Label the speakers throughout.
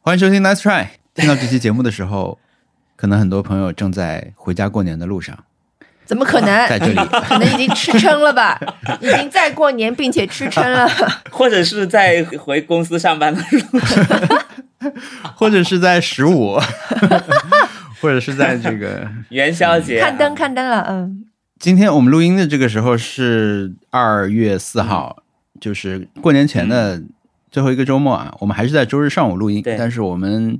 Speaker 1: 欢迎收听 Nice Try。听到这期节目的时候，可能很多朋友正在回家过年的路上，
Speaker 2: 怎么可能？
Speaker 1: 啊在这里
Speaker 2: 可能已经吃撑 了吧，已经在过年并且吃撑了。
Speaker 3: 或者是在回公司上班的路上，
Speaker 1: 或者是在十五，或者是在这个
Speaker 3: 元宵
Speaker 1: 啊
Speaker 3: 节、啊
Speaker 2: 看灯，看灯了，嗯，
Speaker 1: 今天我们录音的这个时候是二月四号，就是过年前的最后一个周末啊。我们还是在周日上午录音，
Speaker 3: 对
Speaker 1: 但是我们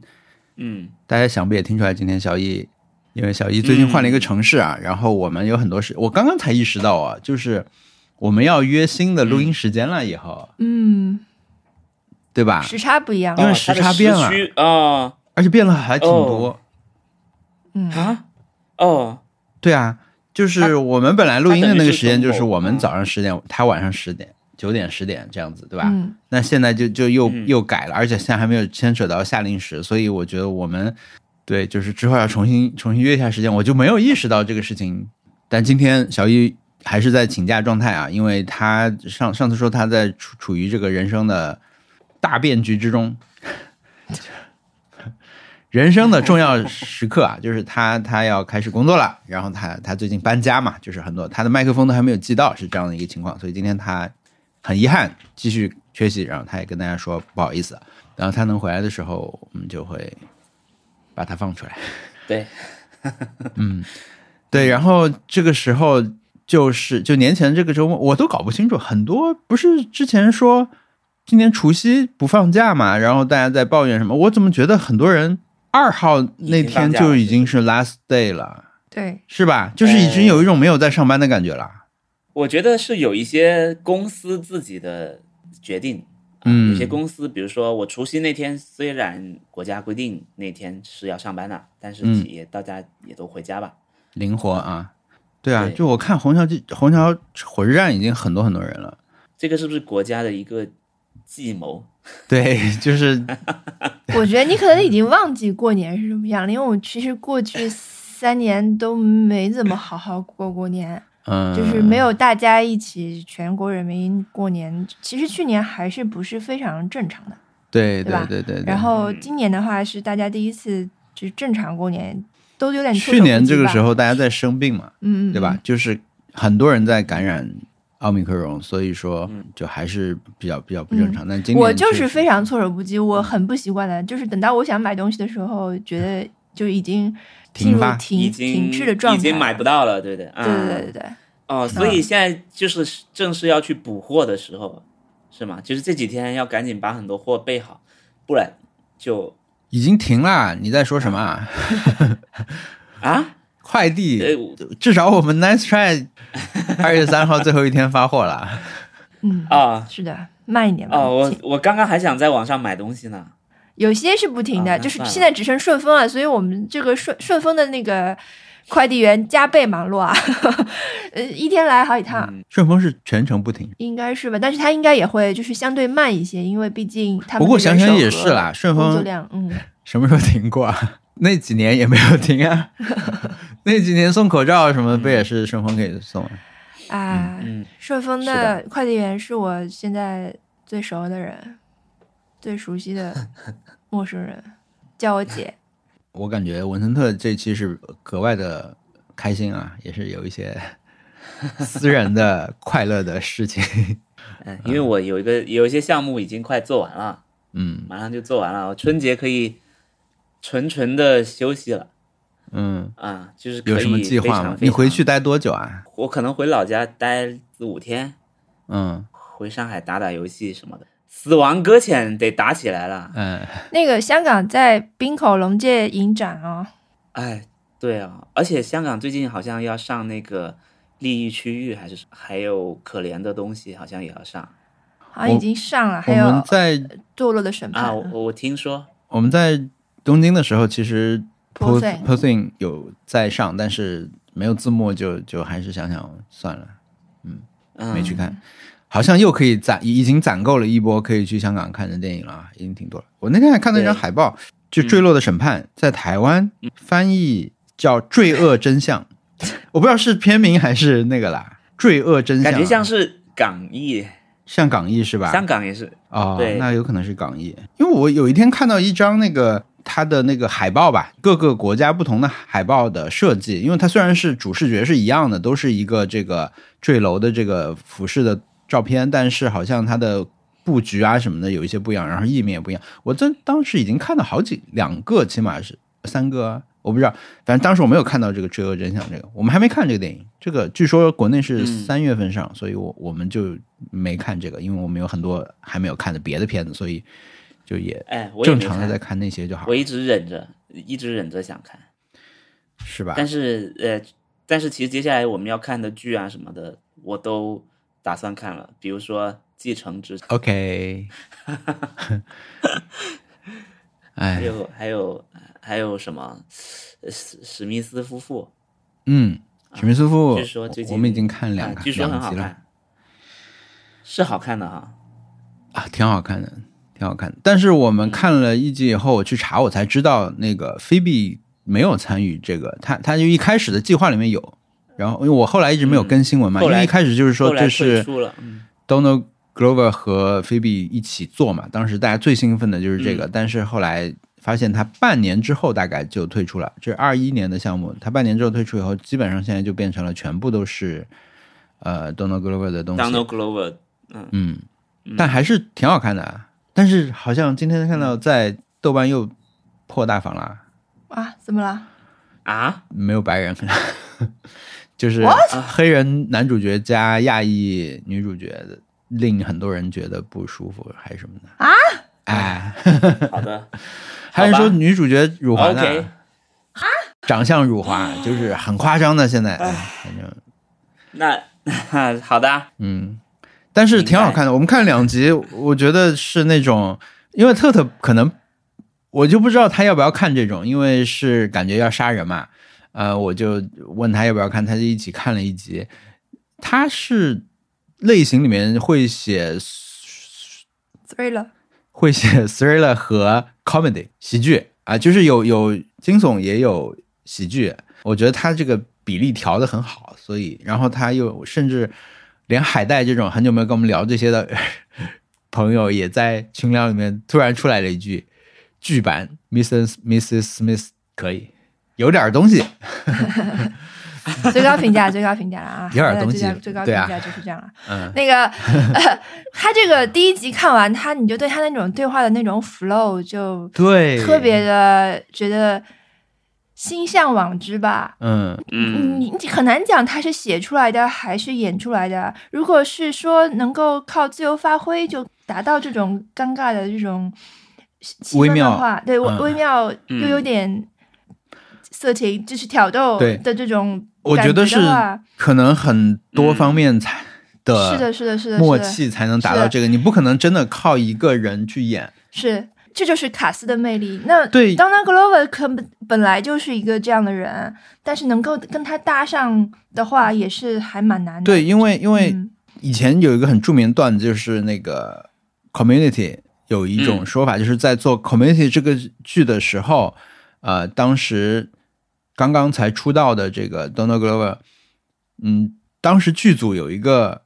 Speaker 3: 嗯，
Speaker 1: 大家想必也听出来，今天小易，因为小易最近换了一个城市啊，然后我们有很多事，我刚刚才意识到啊，就是我们要约新的录音时间了，以后、
Speaker 2: 嗯，
Speaker 1: 对吧？
Speaker 2: 时差不一样
Speaker 1: 啊因，为
Speaker 3: 哦
Speaker 1: 时差变了
Speaker 3: 它的时区哦
Speaker 1: 而且变了还挺多。
Speaker 2: 嗯，
Speaker 3: 啊哦，
Speaker 1: 对啊，就是我们本来录音的那个时间，
Speaker 3: 它等
Speaker 1: 就
Speaker 3: 于是嗯
Speaker 1: 是我们
Speaker 3: 中午
Speaker 1: 早上十点，他晚上十点、九点、十点这样子，对吧？
Speaker 2: 嗯，
Speaker 1: 那现在就就又
Speaker 3: 嗯
Speaker 1: 又改了，而且现在还没有牵扯到夏令时，所以我觉得我们对就是之后要重新重新约一下时间，我就没有意识到这个事情。但今天小易还是在请假状态啊，因为他上上次说他在处处于这个人生的大变局之中，人生的重要时刻啊，就是他他要开始工作了，然后他他最近搬家嘛，就是很多他的麦克风都还没有寄到，是这样的一个情况，所以今天他很遗憾继续缺席，然后他也跟大家说不好意思，然后他能回来的时候，我们就会把他放出来。
Speaker 3: 对，
Speaker 1: 对，然后这个时候就是就年前这个周末，我都搞不清楚，很多不是之前说今年除夕不放假嘛，然后大家在抱怨什么，我怎么觉得很多人二号那天就已经是 last day 了，
Speaker 2: 对，
Speaker 1: 是吧？就是已经有一种没有在上班的感觉了。
Speaker 3: 我觉得是有一些公司自己的决定，啊
Speaker 1: 嗯
Speaker 3: 有些公司，比如说我除夕那天，虽然国家规定那天是要上班的，但是
Speaker 1: 嗯
Speaker 3: 也大家也都回家吧，
Speaker 1: 灵活啊，对啊，
Speaker 3: 对
Speaker 1: 就我看虹桥机虹桥火车站已经很多很多人了。
Speaker 3: 这个是不是国家的一个计谋？
Speaker 1: 对，就是啊
Speaker 2: 我觉得你可能已经忘记过年是什么样了，因为我其实过去三年都没怎么好好过过年，
Speaker 1: 嗯，
Speaker 2: 就是没有大家一起全国人民过年。其实去年还是不是非常正常的，
Speaker 1: 对
Speaker 2: 对
Speaker 1: 对
Speaker 2: 吧
Speaker 1: 对对对。
Speaker 2: 然后
Speaker 3: 嗯
Speaker 2: 今年的话是大家第一次就正常过年，都有点措
Speaker 1: 去
Speaker 2: 手
Speaker 1: 年
Speaker 2: 不及
Speaker 1: 这个
Speaker 2: 吧
Speaker 1: 时，候大家在生病嘛，
Speaker 2: 嗯，嗯
Speaker 1: 对吧？？就是很多人在感染奥密克戎，所以说
Speaker 3: 嗯
Speaker 1: 就还是比较比较不正常。但今年
Speaker 2: 嗯我就是
Speaker 1: 确实
Speaker 2: 非常措手不及，
Speaker 1: 嗯
Speaker 2: 我很不习惯的，就是等到我想买东西的时候，觉得就已经进
Speaker 1: 停
Speaker 2: 入
Speaker 1: 发
Speaker 3: 已
Speaker 2: 停
Speaker 3: 经
Speaker 2: 停滞的状态，
Speaker 3: 已经买不到了，对不对？
Speaker 2: 对
Speaker 3: 对
Speaker 2: 对对对对，
Speaker 3: 哦，
Speaker 1: 嗯
Speaker 3: 所以现在就是正是要去补货的时候，是吗？就是这几天要赶紧把很多货备好，不然就
Speaker 1: 已经停了。你在说什么啊？
Speaker 3: 啊，
Speaker 1: 快
Speaker 3: 呃
Speaker 1: 递，至少我们 Nice Try 二月三号最后一天发货了。
Speaker 2: 嗯，
Speaker 3: 啊
Speaker 2: 是的，慢一点吧。
Speaker 3: 啊！我
Speaker 2: 请
Speaker 3: 我刚刚还想在网上买东西呢，
Speaker 2: 有些是不停的，
Speaker 3: 啊那
Speaker 2: 就是
Speaker 3: 算了
Speaker 2: 现在只剩顺丰了，所以我们这个顺顺丰的那个快递员加倍忙碌啊， 呃，一天来好几趟。
Speaker 3: 嗯，
Speaker 1: 顺丰是全程不停，
Speaker 2: 应该是吧，但是他应该也会就是相对慢一些，因为毕竟他们
Speaker 1: 不过
Speaker 2: 那个
Speaker 1: 想想
Speaker 2: 人
Speaker 1: 也
Speaker 2: 手和
Speaker 1: 是啦，顺
Speaker 2: 工作
Speaker 1: 丰
Speaker 2: 量，嗯，
Speaker 1: 什么时候停过啊？那几年也没有停 啊。那几年送口罩什么不
Speaker 3: 嗯
Speaker 1: 也是顺丰给送啊？
Speaker 2: 啊，
Speaker 3: 嗯嗯
Speaker 2: 顺丰
Speaker 3: 是
Speaker 2: 的
Speaker 3: 的
Speaker 2: 快递员是我现在最熟的人，最熟 悉的陌生人，叫我姐。
Speaker 1: 我感觉文森特这期是格外的开心啊，也是有一 些私人的快乐的事情。
Speaker 3: 哎因为我有一个有一些项目已经快做完了，
Speaker 1: 嗯
Speaker 3: 马上就做完了，我春节可以纯纯的休息了
Speaker 1: 嗯，
Speaker 3: 啊，就是可以
Speaker 1: 有什么计
Speaker 3: 非
Speaker 1: 划
Speaker 3: 常
Speaker 1: 吗？
Speaker 3: 非
Speaker 1: 你回
Speaker 3: 常
Speaker 1: 去，待多久啊？
Speaker 3: 我可能回老家待四五天，
Speaker 1: 嗯
Speaker 3: 回上海打打游戏什么的。死亡搁浅得打起来了，
Speaker 1: 嗯，
Speaker 2: 那个香港在冰口龙界影展哦，
Speaker 3: 哎，对啊，而且香港最近好像要上那个利益区域，还是还有可怜的东西，好像也要上
Speaker 2: 好像已经上了，
Speaker 1: 我
Speaker 2: 还
Speaker 1: 们
Speaker 2: 有
Speaker 1: 在
Speaker 2: 堕落的审判。
Speaker 3: 啊。我我听说，
Speaker 1: 我们在东京的时候，其实 Poor
Speaker 2: Poor Thing
Speaker 1: Poor Thing 有在上，但是没有字幕就，就还是想想算了，
Speaker 3: 嗯，
Speaker 1: 没去看。好像又可以攒，已经攒够了一波可以去香港看的电影了啊，已经挺多了。我那天还看到一张
Speaker 3: 对
Speaker 1: 海报，就《坠落的审判》在台湾翻译叫《罪恶真相》，我不知道是片名还是那个啦，《罪恶真相》
Speaker 3: 感觉像是港译，
Speaker 1: 像港译是吧？
Speaker 3: 香港也是，
Speaker 1: 啊、
Speaker 3: 对
Speaker 1: 那有可能是港译，因为我有一天看到一张那个它的那个海报吧，各个国家不同的海报的设计，因为它虽然是主视觉是一样的，都是一个这个坠楼的这个俯视的照片，但是好像它的布局啊什么的有一些不一样，然后意面也不一样。我真当时已经看到好几两个，起码是三个啊，我不知道，反正当时我没有看到这个《坠落真相》这个，我们还没看这个电影。这个据说国内是
Speaker 3: 嗯
Speaker 1: 三月份上，所以我我们就没看这个，因为我们有很多还没有看的别的片子，所以就也
Speaker 3: 哎，我也
Speaker 1: 正
Speaker 3: 没
Speaker 1: 常的
Speaker 3: 看
Speaker 1: 在看那啊些就好
Speaker 3: 我，一直忍着，一直忍着想看，
Speaker 1: 是吧？
Speaker 3: 但是呃，但是其实接下来我们要看的剧啊什么的，我都打算看了，比如说《继承之》，
Speaker 1: OK，
Speaker 3: 还
Speaker 1: 哎，
Speaker 3: 有还有还有什么呃史史密斯夫妇，
Speaker 1: 嗯，史密斯夫，
Speaker 3: 据说最近
Speaker 1: 我们已经看
Speaker 3: 啊
Speaker 1: 两、
Speaker 3: 据说很
Speaker 1: 两
Speaker 3: 好
Speaker 1: 集了
Speaker 3: 看，是好看的哈。
Speaker 1: 啊，挺好看的，挺好看的。但是我
Speaker 3: 嗯
Speaker 1: 们看了一集以后，我去查，我才知道那个菲比没有参与这个，他他就一开始的计划里面有，然后因为我后来一直没有跟新闻嘛，
Speaker 3: 嗯后
Speaker 1: 因
Speaker 3: 来
Speaker 1: 为一开始就是说
Speaker 3: 后来
Speaker 1: 这
Speaker 3: 退
Speaker 1: 是
Speaker 3: 出了，嗯，
Speaker 1: Donald Glover 和菲比一起做嘛，当时大家最兴奋的就是这
Speaker 3: 嗯
Speaker 1: 个，但是后来发现他半年之后大概就退出了，这是二一年的项目，他半年之后退出以后，基本上现在就变成了全部都是呃 Donald Glover 的东西。
Speaker 3: Donald Glover，嗯，
Speaker 1: 嗯，
Speaker 3: 嗯
Speaker 1: 但还是挺好看的啊。但是好像今天看到在豆瓣又破大防了，
Speaker 2: 啊，怎么了？
Speaker 3: 啊，
Speaker 1: 没有白人，就是黑人男主角加亚裔女主角，令很多人觉得不舒服还是什么的
Speaker 2: 啊？
Speaker 1: 哎，
Speaker 3: 好的
Speaker 1: 还是
Speaker 3: 好
Speaker 1: 说
Speaker 3: 吧
Speaker 1: 女主角辱华呢
Speaker 3: ，OK，
Speaker 1: 长相辱华，就是很夸张的。现在，哎反正
Speaker 3: 那好的，
Speaker 1: 嗯，但是挺好看的。我们看两集，我觉得是那种，因为特特可能我就不知道他要不要看这种，因为是感觉要杀人嘛。呃，我就问他要不要看，他就一起看了一集。他是类型里面会写
Speaker 2: 醉了，
Speaker 1: 会写 thriller 和 comedy 喜剧啊，就是有有惊悚也有喜剧，我觉得他这个比例调的很好，所以然后他又甚至连海带这种很久没有跟我们聊这些的 朋友，也在群聊里面突然出来了一句剧版 Mrs. Mrs. Smith 可以有点东西，
Speaker 2: 最高评价，最高评价了啊！
Speaker 1: 有点东西
Speaker 2: 最高最高
Speaker 1: 对
Speaker 2: 评
Speaker 1: 啊
Speaker 2: 价就是这样了。
Speaker 1: 嗯
Speaker 2: 那个、呃他这个第一集看完，他你就对他那种对话的那种 flow 就
Speaker 1: 对，
Speaker 2: 特别的觉得心向往之吧。
Speaker 1: 嗯
Speaker 3: 嗯，
Speaker 2: 你你很难讲他是写出来的还是演出来的。如果是说能够靠自由发挥就达到这种尴尬的这种气
Speaker 1: 微
Speaker 2: 氛
Speaker 1: 妙
Speaker 2: 的话，对微
Speaker 1: 嗯
Speaker 2: 微妙
Speaker 3: 嗯
Speaker 2: 又有点色情，就是挑逗
Speaker 1: 对
Speaker 2: 的这种
Speaker 1: 我
Speaker 2: 感
Speaker 1: 觉
Speaker 2: 觉
Speaker 1: 得
Speaker 2: 的
Speaker 1: 是
Speaker 2: 话
Speaker 1: 可能很多方面才嗯的、
Speaker 2: 是的，是的，是的，
Speaker 1: 呃默
Speaker 2: 是的
Speaker 1: 契才能达到这个，你不可能真的靠一个人去演。
Speaker 2: 是，这就是卡斯的魅力。那
Speaker 1: 对
Speaker 2: Donald Glover 可本本来就是一个这样的人，但是能够跟他搭上的话，也是还蛮难的。
Speaker 1: 对，，因为因为
Speaker 2: 嗯
Speaker 1: 以前有一个很著名的段子，就是那个 community 有一种
Speaker 3: 嗯
Speaker 1: 说法，就是在做 community 这个剧的时候，呃，当时刚刚才出道的这个 Donald Glover，嗯，当时剧组有一个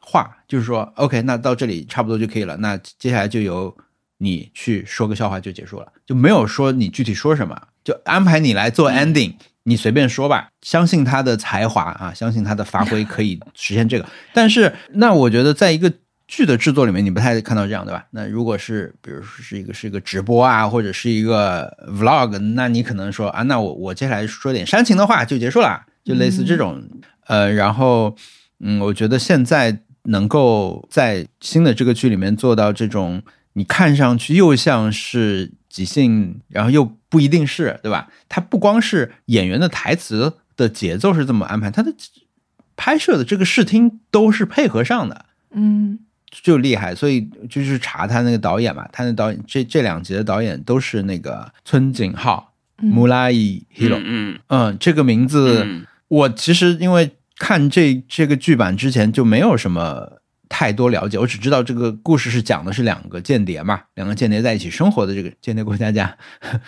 Speaker 1: 话，就是说 OK，那到这里差不多就可以了，那接下来就由你去说个笑话就结束了，就没有说你具体说什么，就安排你来做 ending，、你随便说吧。相信他的才华啊，相信他的发挥可以实现这个。但是，那我觉得在一个剧的制作里面，你不太看到这样，对吧？那如果是比如说是一个是一个直播啊，或者是一个 vlog，那你可能说啊，那我我接下来说点煽情的话就结束了，就类似这种。呃，然后嗯，我觉得现在能够在新的这个剧里面做到这种，你看上去又像是即兴，然后又不一定是，对吧？它不光是演员的台词的节奏是这么安排，它的拍摄的这个视听都是配合上的。
Speaker 2: 嗯，
Speaker 1: 就厉害，所以就是查他那个导演嘛，他那导演这这两集的导演都是那个村井浩、
Speaker 2: 嗯
Speaker 1: 木拉伊 hiro，
Speaker 3: 嗯
Speaker 1: 嗯，这个名字、
Speaker 3: 嗯
Speaker 1: 我其实因为看这这个剧版之前就没有什么太多了解，我只知道这个故事是讲的是两个间谍嘛，两个间谍在一起生活的这个间谍过家家。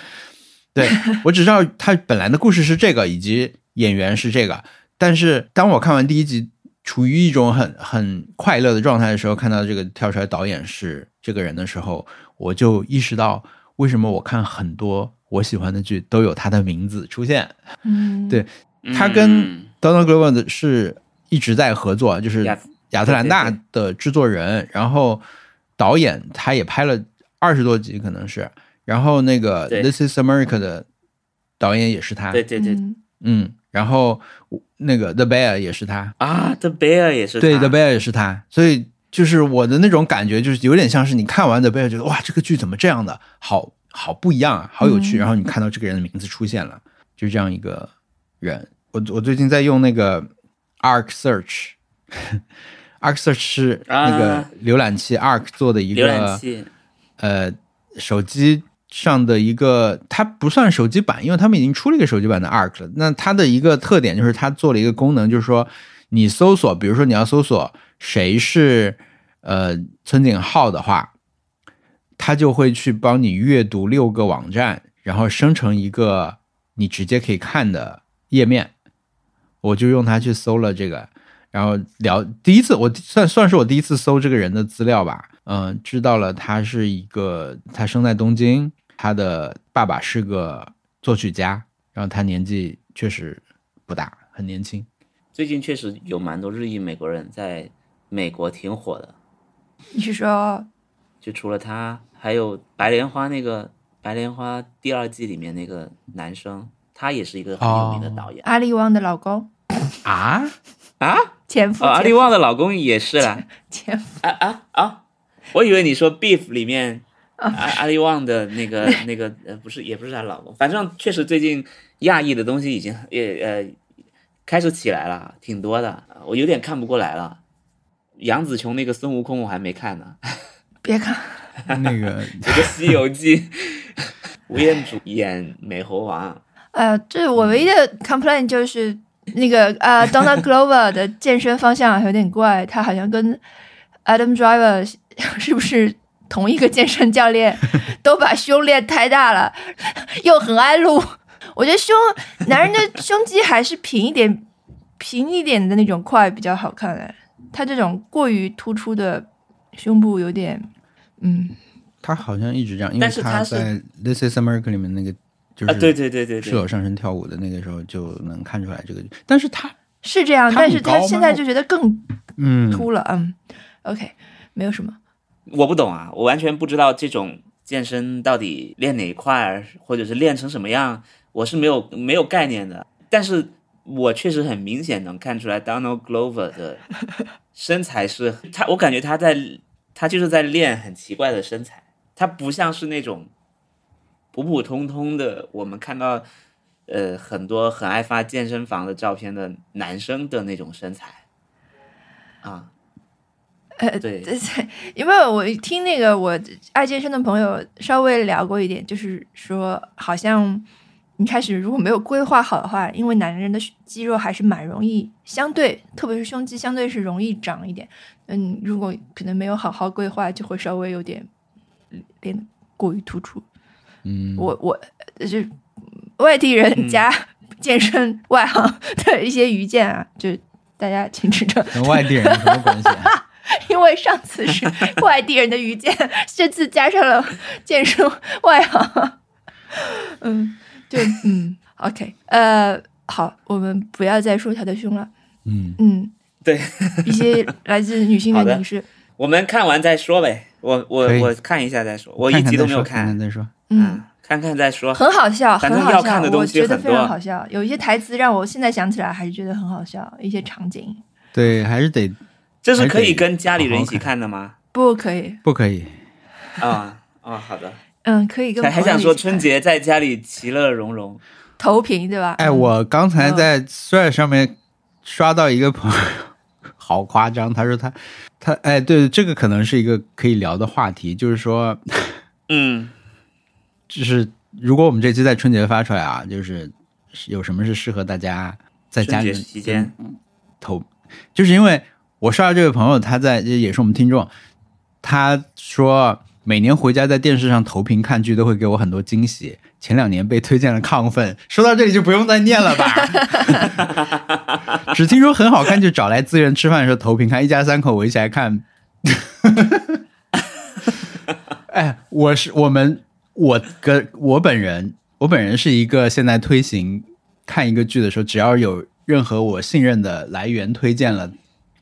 Speaker 1: 对我只知道他本来的故事是这个，以及演员是这个。但是当我看完第一集处于一种很很快乐的状态的时候，看到这个跳出来导演是这个人的时候，我就意识到为什么我看很多我喜欢的剧都有他的名字出现。
Speaker 2: 嗯，
Speaker 1: 对
Speaker 3: 嗯
Speaker 1: 他跟 Donald Glover 的是一直在合作，啊就是
Speaker 3: 亚
Speaker 1: 亚特兰大的制作人，然后导演他也拍了二十多集，可能是，然后那个《
Speaker 3: 对
Speaker 1: This Is America》的导演也是他，
Speaker 3: 对对对、
Speaker 2: 嗯
Speaker 1: 嗯，然后那个 The Bear 也是他，
Speaker 3: 啊，The Bear 也是
Speaker 1: 对
Speaker 3: 他
Speaker 1: The Bear 也是他，所以就是我的那种感觉，就是有点像是你看完 The Bear 觉得哇，这个剧怎么这样的，好好不一样啊，好有趣，
Speaker 2: 嗯
Speaker 1: 然后你看到这个人的名字出现了，就是这样一个人。我我最近在用那个 Arc Search。Arc Search 是那个
Speaker 3: 啊
Speaker 1: 浏览器 Arc 做的一
Speaker 3: 浏览
Speaker 1: 个
Speaker 3: 器，
Speaker 1: 呃手机上的一个，它不算手机版，因为他们已经出了一个手机版的 Arc 了。那它的一个特点就是它做了一个功能，就是说你搜索，比如说你要搜索谁是呃村井浩的话，它就会去帮你阅读六个网站，然后生成一个你直接可以看的页面。我就用它去搜了这个，然后聊第一次，我算算是我第一次搜这个人的资料吧。嗯，知道了，他是一个，他生在东京，他的爸爸是个作曲家，然后他年纪确实不大，很年轻。
Speaker 3: 最近确实有蛮多日裔美国人在美国挺火的，
Speaker 2: 你是说
Speaker 3: 就除了他，还有白莲花那个白莲花第二季里面那个男生，他也是一个很有名的
Speaker 1: 哦
Speaker 3: 导演、
Speaker 2: 阿里旺的老公
Speaker 1: 啊，
Speaker 3: 啊。
Speaker 2: 前夫？
Speaker 3: 哦，阿
Speaker 2: 前
Speaker 3: 利旺的老公也是啦。
Speaker 2: 前夫
Speaker 3: 啊啊啊！我以为你说 Beef 里面阿阿利旺的那个那个呃，不是也不是她老公，反正确实最近亚裔的东西已经也呃开始起来了，挺多的，我有点看不过来了。杨紫琼那个孙悟空我还没看 呢，
Speaker 2: 别看，
Speaker 1: 那个
Speaker 3: 这个《西游记》，吴彦祖演美猴王，
Speaker 2: 呃，这我唯一
Speaker 1: 嗯
Speaker 2: 的 complaint 就是那个呃，Donald Glover 的健身方向有点怪，他好像跟 Adam Driver 是不 是同一个健身教练，都把胸练太大了， 又很爱露。我觉得胸男人的胸肌还是平一点、平一点的那种块比较好看哎，他这种过于突出的胸部有点，嗯，
Speaker 1: 他好像一直这样，因为
Speaker 3: 但是
Speaker 1: 他
Speaker 3: 他是
Speaker 1: 在《This Is America》里面那个就
Speaker 3: 啊，对
Speaker 1: 是
Speaker 3: 对对对
Speaker 1: 赤
Speaker 3: 对，
Speaker 1: 裸上身跳舞的那个时候就能看出来这个，但是他
Speaker 2: 是这样，
Speaker 1: 他
Speaker 2: 但
Speaker 1: 很
Speaker 2: 是他
Speaker 1: 高
Speaker 2: 现
Speaker 1: 吗
Speaker 2: 在就觉得更
Speaker 1: 嗯，
Speaker 2: 秃了，嗯，OK，没有什么。
Speaker 3: 我不懂啊，我完全不知道这种健身到底练哪一块儿，或者是练成什么样，我是没有没有概念的。但是我确实很明显能看出来，Donald Glover 的身材是他，我感觉他在他就是在练很奇怪的身材，他不像是那种普普通通的我们看到呃很多很爱发健身房的照片的男生的那种身材啊。
Speaker 2: 呃
Speaker 3: 对，
Speaker 2: 因为我听那个呃我爱健身的朋友稍微聊过一点，就是说好像你开始如果没有规划好的话，因为男人的肌肉还是蛮容易，相对特别是胸肌相对是容易长一点。嗯，如果可能没有好好规划，就会稍微有点嗯变得过于突出。
Speaker 1: 嗯，
Speaker 2: 我我呃就是外地人加 健身外行 的一些愚见啊，就大家请指正。
Speaker 1: 跟外地人有什么关系啊？
Speaker 2: 因为上次 是外地人的愚见，这次加上了健身外行，嗯，就嗯，OK，呃，好，我们不要再说他的胸了，
Speaker 1: 嗯，
Speaker 2: 嗯，
Speaker 3: 对，
Speaker 2: 一些来自女性
Speaker 3: 好的嗯
Speaker 2: 凝视，
Speaker 3: 我们看完再说呗。我我
Speaker 1: 可以
Speaker 3: 我看一下再说， 我一
Speaker 1: 看看
Speaker 3: 集都
Speaker 1: 再
Speaker 3: 没有
Speaker 1: 说看看再说。
Speaker 2: 嗯，，
Speaker 3: 看看再说。
Speaker 2: 很好笑，
Speaker 3: 反正
Speaker 2: 很好
Speaker 3: 要
Speaker 2: 笑
Speaker 3: 看的，
Speaker 2: 我
Speaker 3: 东西
Speaker 2: 觉得
Speaker 3: 很
Speaker 2: 非常
Speaker 3: 多
Speaker 2: 好笑，有一些台词让我现在想起来还是觉得很好笑，一些场景
Speaker 1: 对，还是得
Speaker 3: 这是可以跟家里人一起看的吗？
Speaker 2: 不可以，
Speaker 1: 不可以。
Speaker 3: 啊啊，好的。
Speaker 2: 嗯，可以跟
Speaker 3: 还还
Speaker 2: 朋友
Speaker 3: 想
Speaker 2: 一
Speaker 3: 说
Speaker 2: 起
Speaker 3: 春
Speaker 2: 看
Speaker 3: 节在家里其乐融融，
Speaker 2: 投屏对吧？
Speaker 1: 哎，
Speaker 2: 嗯
Speaker 1: 我刚才在 Thread 上面刷到一个朋友，好夸张，他说他他哎，对，这个可能是一个可以聊的话题，就是说，
Speaker 3: 嗯，
Speaker 1: 就是如果我们这期在春节发出来啊，就是有什么是适合大家在家
Speaker 3: 春
Speaker 1: 里
Speaker 3: 节期间，
Speaker 1: 投，就是因为我刷到这位朋友，他在也是我们听众，他说每年回家在电视上投屏看剧都会给我很多惊喜。前两年被推荐了《亢奋》，说到这里就不用再念了吧。只听说很好看，就找来资源吃饭的时候投屏看，一家三口围起来看。 哎，我是我们我个我本人，我本人是一个现在推行看一个剧的时候，只要有任何我信任的来源推荐了。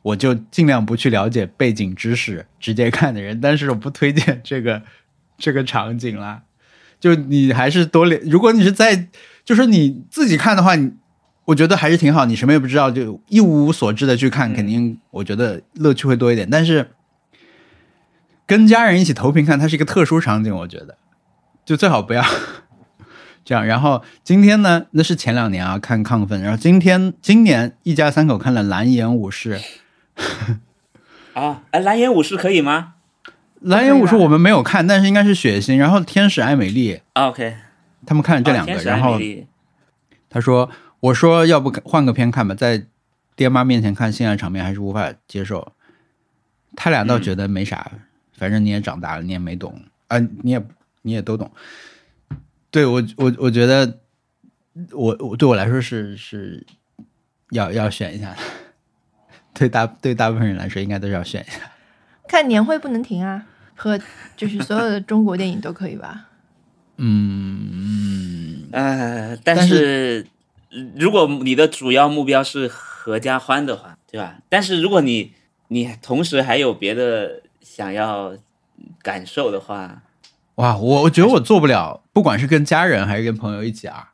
Speaker 1: 我就尽量不去了解背景知识，直接看的人，但是我不推荐这个 这个场景啦。就你还是多了，如果你是在，就是你自己看的话，你我觉得还是挺好，你什么也不知道，就一无所知的去看，肯定我觉得乐趣会多一点。但是跟家人一起投屏看，它是一个特殊场景，我觉得就最好不要这样。然后今天呢，那是前两年啊看亢奋，然后今天今年一家三口看了《蓝颜武士》。
Speaker 3: 啊，哎，蓝颜武士可以吗
Speaker 1: 蓝颜武士我们没有看，但是应该是血腥。然后天使艾美丽
Speaker 3: 啊？OK，
Speaker 1: 他们看了这两
Speaker 3: 哦
Speaker 1: 个，
Speaker 3: 天使
Speaker 1: 然
Speaker 3: 艾
Speaker 1: 后
Speaker 3: 米丽
Speaker 1: 他说：“我说要不换个片看吧，在爹妈面前看性爱场面还是无法接受。”他俩倒觉得没啥，
Speaker 2: 嗯
Speaker 1: 反正你也长大了，你也没懂啊、你也你也都懂。对我我我觉得我我对我来说是是要要选一下的， 对大对大部分人来说应该都是要选一下。
Speaker 2: 看年会不能停啊，和就是所有的中国电影都可以吧？
Speaker 3: 呃，但
Speaker 1: 但
Speaker 3: 是如果你的主要目标是合家欢的话，对吧？但是如果你你同时还有别的想要感受的话，
Speaker 1: 哇，我我觉得我做不了，不管是跟家人还是跟朋友一起啊，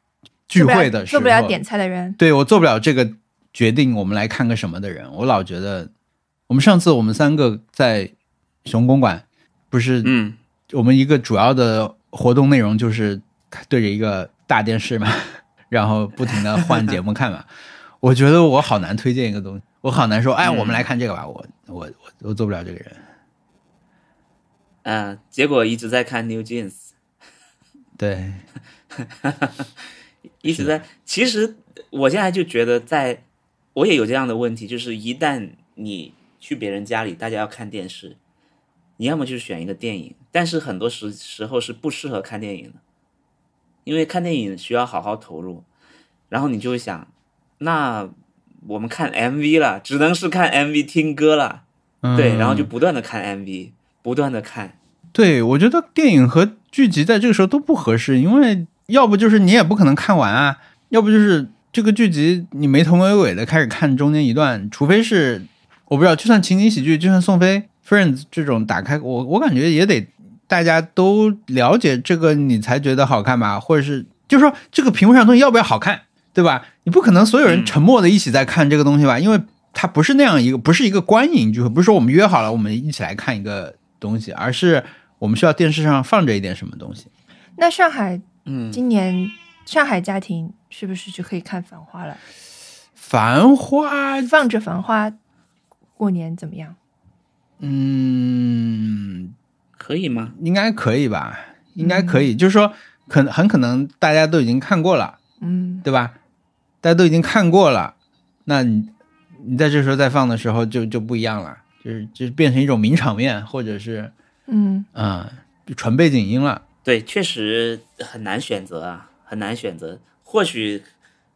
Speaker 1: 聚
Speaker 2: 做不了
Speaker 1: 会的时
Speaker 2: 做
Speaker 1: 候，
Speaker 2: 不了点菜的人，
Speaker 1: 对我做不了这个决定，我们来看个什么的人，我老觉得，我们上次我们三个在熊公馆，不是
Speaker 3: 嗯，
Speaker 1: 我们一个主要的活动内容就是对着一个大电视嘛，然后不停的换节目看嘛。我觉得我好难推荐一个东西，我好难说，哎，
Speaker 3: 嗯
Speaker 1: 我们来看这个吧，我我我我做不了这个人。
Speaker 3: 呃，结果一直在看 New Jeans，
Speaker 1: 对，
Speaker 3: 一直在。其实我现在就觉得在，我也有这样的问题，就是一旦你去别人家里，大家要看电视，你要么就是选一个电影，但是很多时时候是不适合看电影的，因为看电影需要好好投入，然后你就会想，那我们看 MV 了，只能是看 MV 听歌了，
Speaker 1: 嗯
Speaker 3: 对，然后就不断的看 MV，不断的看，
Speaker 1: 对，我觉得电影和剧集在这个时候都不合适，因为要不就是你也不可能看完啊，要不就是这个剧集你没头没尾的开始看中间一段，除非是我不知道，就算情景喜剧，就算宋飞 Friends 这种打开，我我感觉也得大家都了解这个你才觉得好看吧，或者是就是说这个屏幕上的东西要不要好看，对吧？你不可能所有人
Speaker 3: 嗯
Speaker 1: 沉默的一起在看这个东西吧，因为它不是那样一个，不是一个观影聚会，不是说我们约好了我们一起来看一个东西，而是我们需要电视上放着一点什么东西。
Speaker 2: 那上海
Speaker 3: 嗯，
Speaker 2: 今年上海家庭是不是就可以看《繁花》了？
Speaker 1: 繁花，
Speaker 2: 放着《繁花》过年怎么样？
Speaker 1: 嗯，
Speaker 3: 可以吗？
Speaker 1: 应该可以吧？应该可以，就是说，可能很可能大家都已经看过了，
Speaker 2: 嗯，
Speaker 1: 对吧？大家都已经看过了，那你你在这时候再放的时候就就不一样了，就是就变成一种名场面，或者是
Speaker 2: 嗯，
Speaker 1: 嗯、就纯背景音了。
Speaker 3: 对，确实很难选择啊，很难选择。或许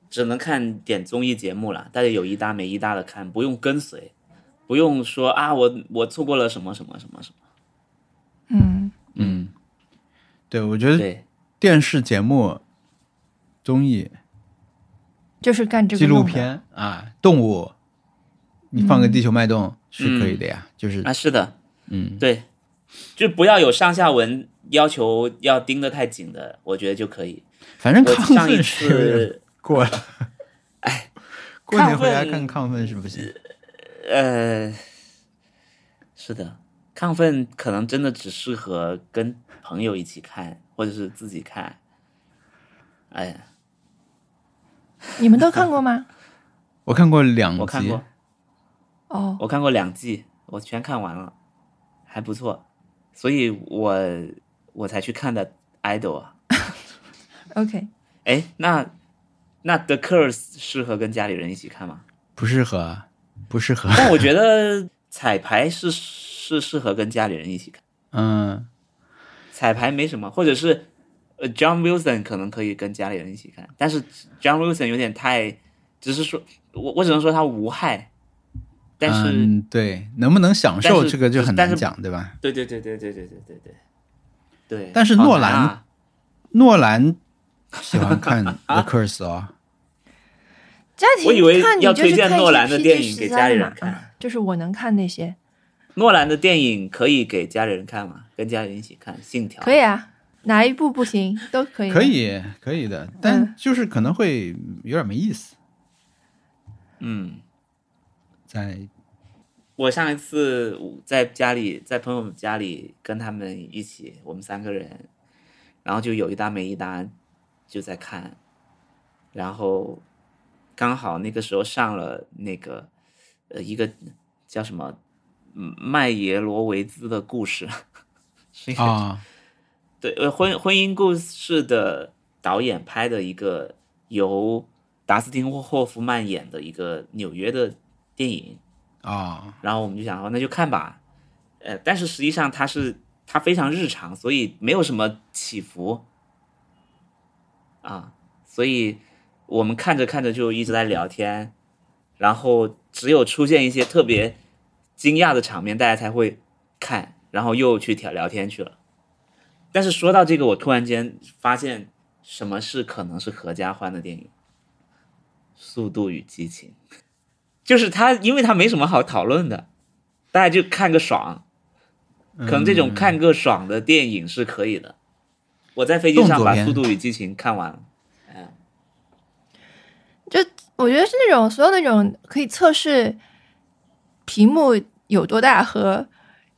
Speaker 3: 只能看点综艺节目了，大家有一搭没一搭的看，不用跟随，不用说啊，我我错过了什么什么什么什么。
Speaker 2: 嗯，
Speaker 1: 嗯，对，我觉得
Speaker 3: 对，
Speaker 1: 电视节目、综艺、
Speaker 2: 就是干这个
Speaker 1: 纪录
Speaker 2: 弄的，
Speaker 1: 片啊，动物，你放个《地球脉动》是可以的呀，就是
Speaker 3: 嗯啊，是的，
Speaker 1: 嗯，
Speaker 3: 对，就不要有上下文要求要盯得太紧的，我觉得就可以。
Speaker 1: 反正
Speaker 3: 我
Speaker 1: 亢
Speaker 3: 上一
Speaker 1: 奋是有点
Speaker 3: 次 哎
Speaker 1: 过了。 过
Speaker 3: 亢
Speaker 1: 年回家看
Speaker 3: 奋
Speaker 1: 亢奋是不行。
Speaker 3: 呃，是的，亢奋可能真的只适合跟朋友一起看，或者是自己看。哎呀，
Speaker 2: 你们都看过吗？
Speaker 1: 我看过两
Speaker 3: 我看
Speaker 1: 集
Speaker 3: 过，，
Speaker 2: 哦，
Speaker 3: 我看过两季，我全看完了，还不错，所以我我才去看的《Idol》啊。
Speaker 2: OK，
Speaker 3: 哎，那那《The Curse》适合跟家里人一起看吗？
Speaker 1: 不适合，不适合。
Speaker 3: 但我觉得彩排是是适合跟家里人一起看。
Speaker 1: 嗯，
Speaker 3: 彩排没什么，或者是呃 John Wilson 可能可以跟家里人一起看，但是 John Wilson 有点太，只是说我我只能说他无害，但是、
Speaker 1: 嗯，对，能不能享受
Speaker 3: 但是
Speaker 1: 这个就很
Speaker 3: 但是
Speaker 1: 难讲，对吧？
Speaker 3: 对对对对对对对对对对，
Speaker 1: 但是
Speaker 3: 好
Speaker 1: 诺
Speaker 3: 难
Speaker 1: 兰
Speaker 3: 啊
Speaker 1: 诺兰喜 欢看 The Curse 哦，
Speaker 2: 家庭
Speaker 3: 我以为
Speaker 2: 看你
Speaker 3: 要
Speaker 2: 就是
Speaker 3: 推荐
Speaker 2: 看一
Speaker 3: 诺
Speaker 2: 些
Speaker 3: 兰的
Speaker 2: PG
Speaker 3: 电影给
Speaker 2: 13
Speaker 3: 家里
Speaker 2: 的嘛
Speaker 3: 人看
Speaker 2: 嗯就是我能看那些，
Speaker 3: 诺兰的电影可以给家里人看吗？跟家人一起看《信条》
Speaker 2: 可以啊，哪一部不行都可以，
Speaker 1: 可，以可以的，但就是可能会有点没意思。
Speaker 3: 嗯，
Speaker 1: 在
Speaker 3: 我上一次在家里，在朋友家里跟他们一起，我们三个人，然后就有一搭没一搭就在看，然后刚好那个时候上了那个呃一个叫什么嗯麦耶罗维兹的故事，是一个
Speaker 1: 啊，
Speaker 3: 对，呃，婚婚姻故事的导演拍的一个由达斯汀霍夫曼演的一个纽约的电影，
Speaker 1: 啊，
Speaker 3: 然后我们就想说那就看吧，呃，但是实际上它是它非常日常，所以没有什么起伏啊，所以我们看着看着就一直在聊天，然后只有出现一些特别惊讶的场面，大家才会看，然后又去聊聊天去了。但是说到这个，我突然间发现什么是可能是合家欢的电影，《速度与激情》。就是他，因为他没什么好讨论的，大家就看个爽。
Speaker 1: 嗯
Speaker 3: 可能这种看个爽的电影是可以的。我在飞机上
Speaker 1: 动
Speaker 3: 把
Speaker 1: 作
Speaker 3: 《
Speaker 1: 片
Speaker 3: 速度与激情》看完了，
Speaker 2: 我觉得是那种所有那种可以测试屏幕有多大和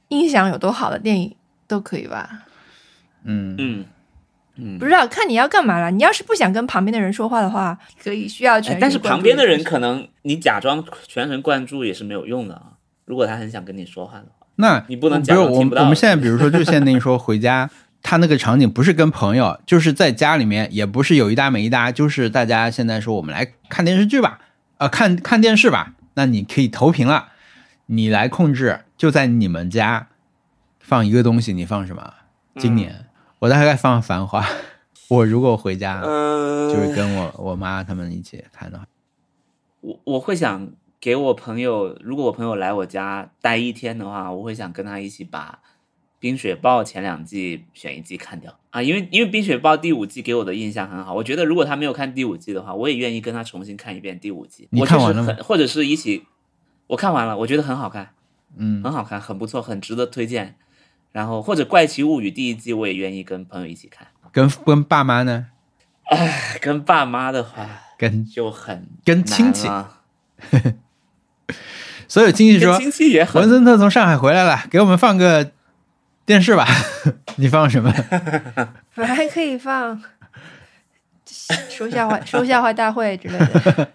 Speaker 2: 音响有多好的电影都可以吧？
Speaker 1: 嗯，
Speaker 3: 嗯嗯
Speaker 2: 不，知道看你要干嘛了。你要是不想跟旁边的人说话的话，可以需要全
Speaker 3: 哎
Speaker 2: 神
Speaker 3: 但是
Speaker 2: 贯注
Speaker 3: 旁边的人
Speaker 2: 去
Speaker 3: 可能你假装全神贯注也是没有用的啊。如果他很想跟你说话的话，
Speaker 1: 那
Speaker 3: 你不能
Speaker 1: 不
Speaker 3: 假
Speaker 1: 是
Speaker 3: 装
Speaker 1: 我
Speaker 3: 听
Speaker 1: 们
Speaker 3: 不到
Speaker 1: 我们现在比如说就 限定说回家，他那个场景不是跟朋友， 就是在家里面，也不是有一搭没一搭，就是大家现在说我们来看电视剧吧，呃，看看电视吧，那你可以投屏了，你来控制，就在你们家放一个东西，你放什么？
Speaker 3: 嗯
Speaker 1: 今年、我大概放《繁花》， 我如果回家。
Speaker 3: 嗯
Speaker 1: 就是跟我我妈他们一起看的话，
Speaker 3: 我我会想给我朋友，如果我朋友来我家待一天的话，我会想跟他一起把《冰雪暴》前两季选一季看掉啊，因为因为《冰雪暴》第五季给我的印象很好，我觉得如果他没有看第五季的话，我也愿意跟他重新看一遍第五季。
Speaker 1: 你
Speaker 3: 我就是
Speaker 1: 看完了吗
Speaker 3: 很或者是一起，我看完了，我觉得很好看，
Speaker 1: 嗯，
Speaker 3: 很好看，很不错，很值得推荐。然后或者《怪奇物语》第一季，我也愿意跟朋友一起看。
Speaker 1: 跟跟爸妈呢，
Speaker 3: 跟爸妈的话
Speaker 1: 跟
Speaker 3: 就很
Speaker 1: 跟
Speaker 3: 难
Speaker 1: 亲戚
Speaker 3: 了
Speaker 1: 所有亲戚
Speaker 3: 跟
Speaker 1: 说，
Speaker 3: 亲戚也很
Speaker 1: 文森特从上海回来了，给我们放个电视吧。 你放什么？
Speaker 2: 本来可以放 说笑话、说笑话大会之类的。